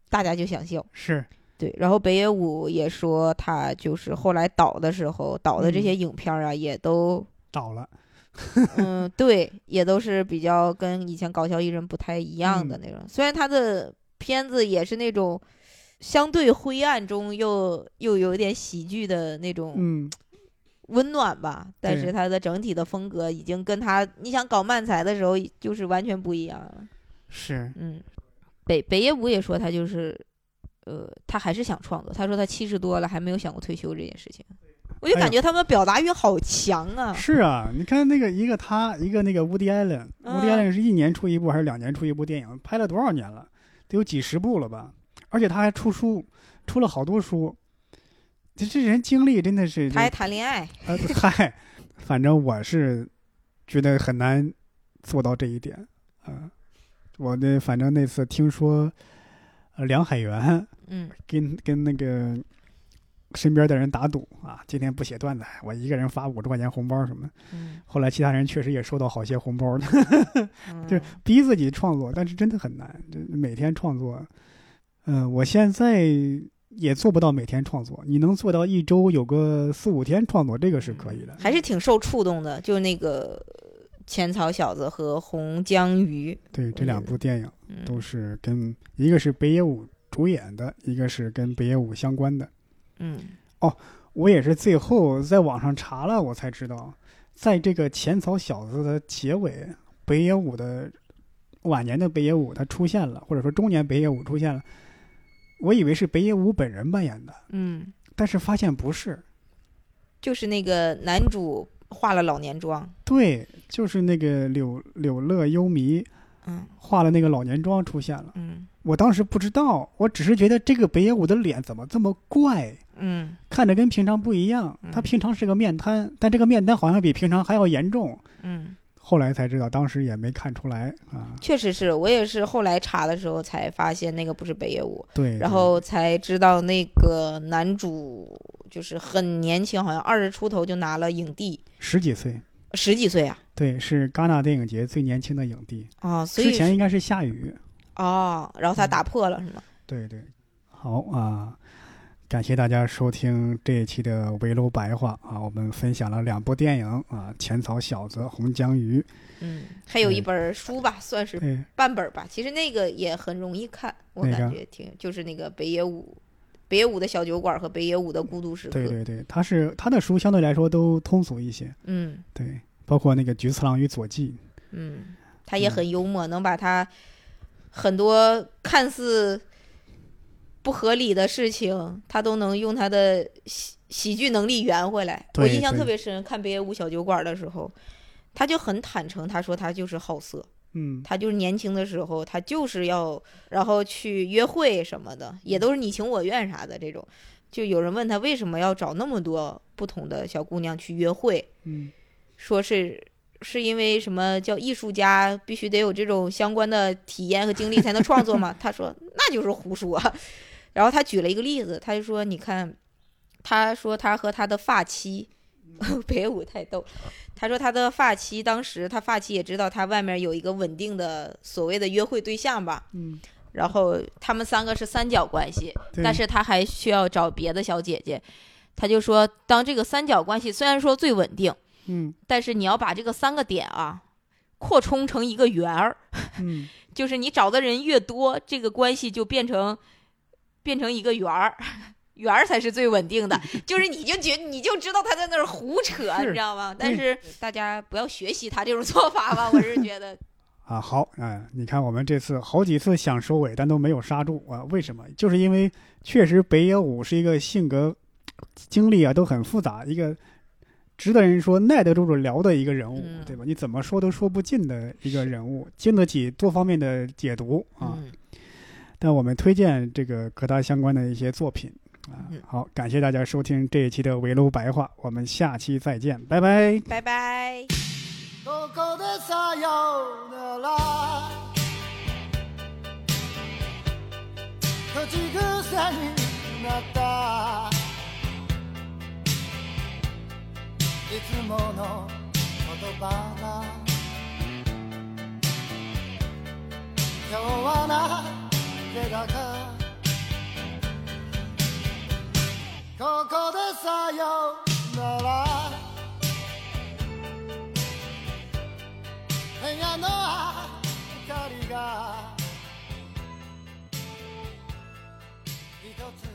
Speaker 2: 大家就想笑。
Speaker 1: 是，
Speaker 2: 对，然后北野武也说，他就是后来导的时候导的这些影片儿啊，也都，
Speaker 1: 倒了。
Speaker 2: 嗯，对，也都是比较跟以前搞笑艺人不太一样的那种。虽然他的片子也是那种相对灰暗中又又有一点喜剧的那种
Speaker 1: 嗯，
Speaker 2: 温暖吧，但
Speaker 1: 对
Speaker 2: 是它的整体的风格已经跟他你想搞漫才的时候就是完全不一样了。
Speaker 1: 是，
Speaker 2: 嗯，北北野武也说他就是，呃，他还是想创作。他说他七十多了还没有想过退休这件事情，我就
Speaker 1: 哎呀
Speaker 2: 感觉他们表达欲好强啊。
Speaker 1: 是啊，你看那个一个他，一个那个 Woody Allen，Woody
Speaker 2: 嗯
Speaker 1: Allen 是一年出一部还是两年出一部电影？拍了多少年了？得有几十部了吧？而且他还出书，出了好多书。这这人经历真的是就，
Speaker 2: 他还谈恋爱，
Speaker 1: 呃， 嗨，反正我是觉得很难做到这一点啊、我的反正那次听说，呃，梁海源
Speaker 2: 嗯
Speaker 1: 跟跟那个身边的人打赌啊，今天不写段子，我一个人发五十块钱红包什么的。
Speaker 2: 嗯，
Speaker 1: 后来其他人确实也收到好些红包的，
Speaker 2: 嗯
Speaker 1: 就是 逼自己创作，但是真的很难，就每天创作。嗯、我现在也做不到每天创作，你能做到一周有个四五天创作，这个是
Speaker 2: 嗯
Speaker 1: 可以的。
Speaker 2: 还是挺受触动的。就那个浅草小子和红江鱼，
Speaker 1: 对，这两部电影
Speaker 2: 嗯
Speaker 1: 都是跟一个是北野武主演的，一个是跟北野武相关的。
Speaker 2: 嗯
Speaker 1: 我也是最后在网上查了，我才知道，在这个《浅草小子》的结尾，北野武的晚年的北野武他出现了，或者说中年北野武出现了。我以为是北野武本人扮演的，
Speaker 2: 嗯，
Speaker 1: 但是发现不是。
Speaker 2: 就是那个男主化了老年妆，
Speaker 1: 对，就是那个柳柳乐幽弥
Speaker 2: 嗯
Speaker 1: 化了那个老年妆出现了。
Speaker 2: 嗯
Speaker 1: 我当时不知道，我只是觉得这个北野武的脸怎么这么怪，
Speaker 2: 嗯。
Speaker 1: 看着跟平常不一样。他
Speaker 2: 嗯
Speaker 1: 平常是个面瘫，但这个面瘫好像比平常还要严重。
Speaker 2: 嗯，
Speaker 1: 后来才知道，当时也没看出来啊。
Speaker 2: 确实是我也是后来查的时候才发现那个不是北野武，
Speaker 1: 对，
Speaker 2: 然后才知道那个男主就是很年轻，好像二十出头就拿了影帝，
Speaker 1: 对十几岁，
Speaker 2: 十几岁啊
Speaker 1: 对，是戛纳电影节最年轻的影帝。
Speaker 2: 啊，所
Speaker 1: 之前
Speaker 2: 以
Speaker 1: 应该是夏雨。
Speaker 2: 哦，然后他
Speaker 1: 嗯
Speaker 2: 打破了是吗？
Speaker 1: 对对，好啊，感谢大家收听这一期的围楼白话啊，我们分享了两部电影啊，《浅草小子》《红江鱼》。哎
Speaker 2: 嗯，还有一
Speaker 1: 嗯
Speaker 2: 本书吧，算是
Speaker 1: 对
Speaker 2: 半本吧，其实那个也很容易看，我
Speaker 1: 哪
Speaker 2: 感
Speaker 1: 个
Speaker 2: 觉挺就是那个北野武。北野武的小酒馆和北野武的孤独时刻，
Speaker 1: 对对对，他是他的书相对来说都通俗一些，
Speaker 2: 嗯
Speaker 1: 对，包括那个《菊次郎与佐纪》。
Speaker 2: 嗯，他也
Speaker 1: 嗯
Speaker 2: 很幽默，能把他很多看似不合理的事情，他都能用他的喜喜剧能力圆回来。我
Speaker 1: 对
Speaker 2: 印象
Speaker 1: 对
Speaker 2: 特别深，看北野武小酒馆的时候，他就很坦诚，他说他就是好色，
Speaker 1: 嗯
Speaker 2: 他就是年轻的时候，他就是要然后去约会什么的，也都是你情我愿啥的这种。就有人问他为什么要找那么多不同的小姑娘去约会，
Speaker 1: 嗯
Speaker 2: 说是是因为什么叫艺术家必须得有这种相关的体验和经历才能创作嘛？他 说那就是胡说。然后他举了一个例子，他就说你看，他说他和他的发妻。 北舞太逗了，他说他的发妻当时他发妻也知道他外面有一个稳定的所谓的约会对象吧，
Speaker 1: 嗯，
Speaker 2: 然后他们三个是三角关系，
Speaker 1: 对
Speaker 2: 但是他还需要找别的小姐姐。他就说，当这个三角关系虽然说最稳定，
Speaker 1: 嗯
Speaker 2: 但是你要把这个三个点啊扩充成一个圆儿，
Speaker 1: 嗯
Speaker 2: 就是你找的人越多，这个关系就变成变成一个圆儿，圆儿才是最稳定的。就是你就觉你就知道他在那儿胡扯，
Speaker 1: 是
Speaker 2: 你知道吗？但是大家不要学习他这种做法吧，我是觉得
Speaker 1: 啊，好，哎，你看我们这次好几次想收尾，但都没有刹住啊，为什么？就是因为确实北野武是一个性格、经历啊都很复杂，一个值得人说耐得住主聊的一个人物，
Speaker 2: 嗯
Speaker 1: 对吧？你怎么说都说不尽的一个人物，经得起多方面的解读啊。
Speaker 2: 嗯
Speaker 1: 但我们推荐这个和他相关的一些作品啊
Speaker 2: 嗯。
Speaker 1: 好，感谢大家收听这一期的围炉白话，我们下期再见，拜拜。
Speaker 2: 拜拜。
Speaker 3: 高高的撒哟那拉，可几个山里那大，いつもの言葉だ。今日はなぜだか。ここでさよなら。部屋の明かりが一つ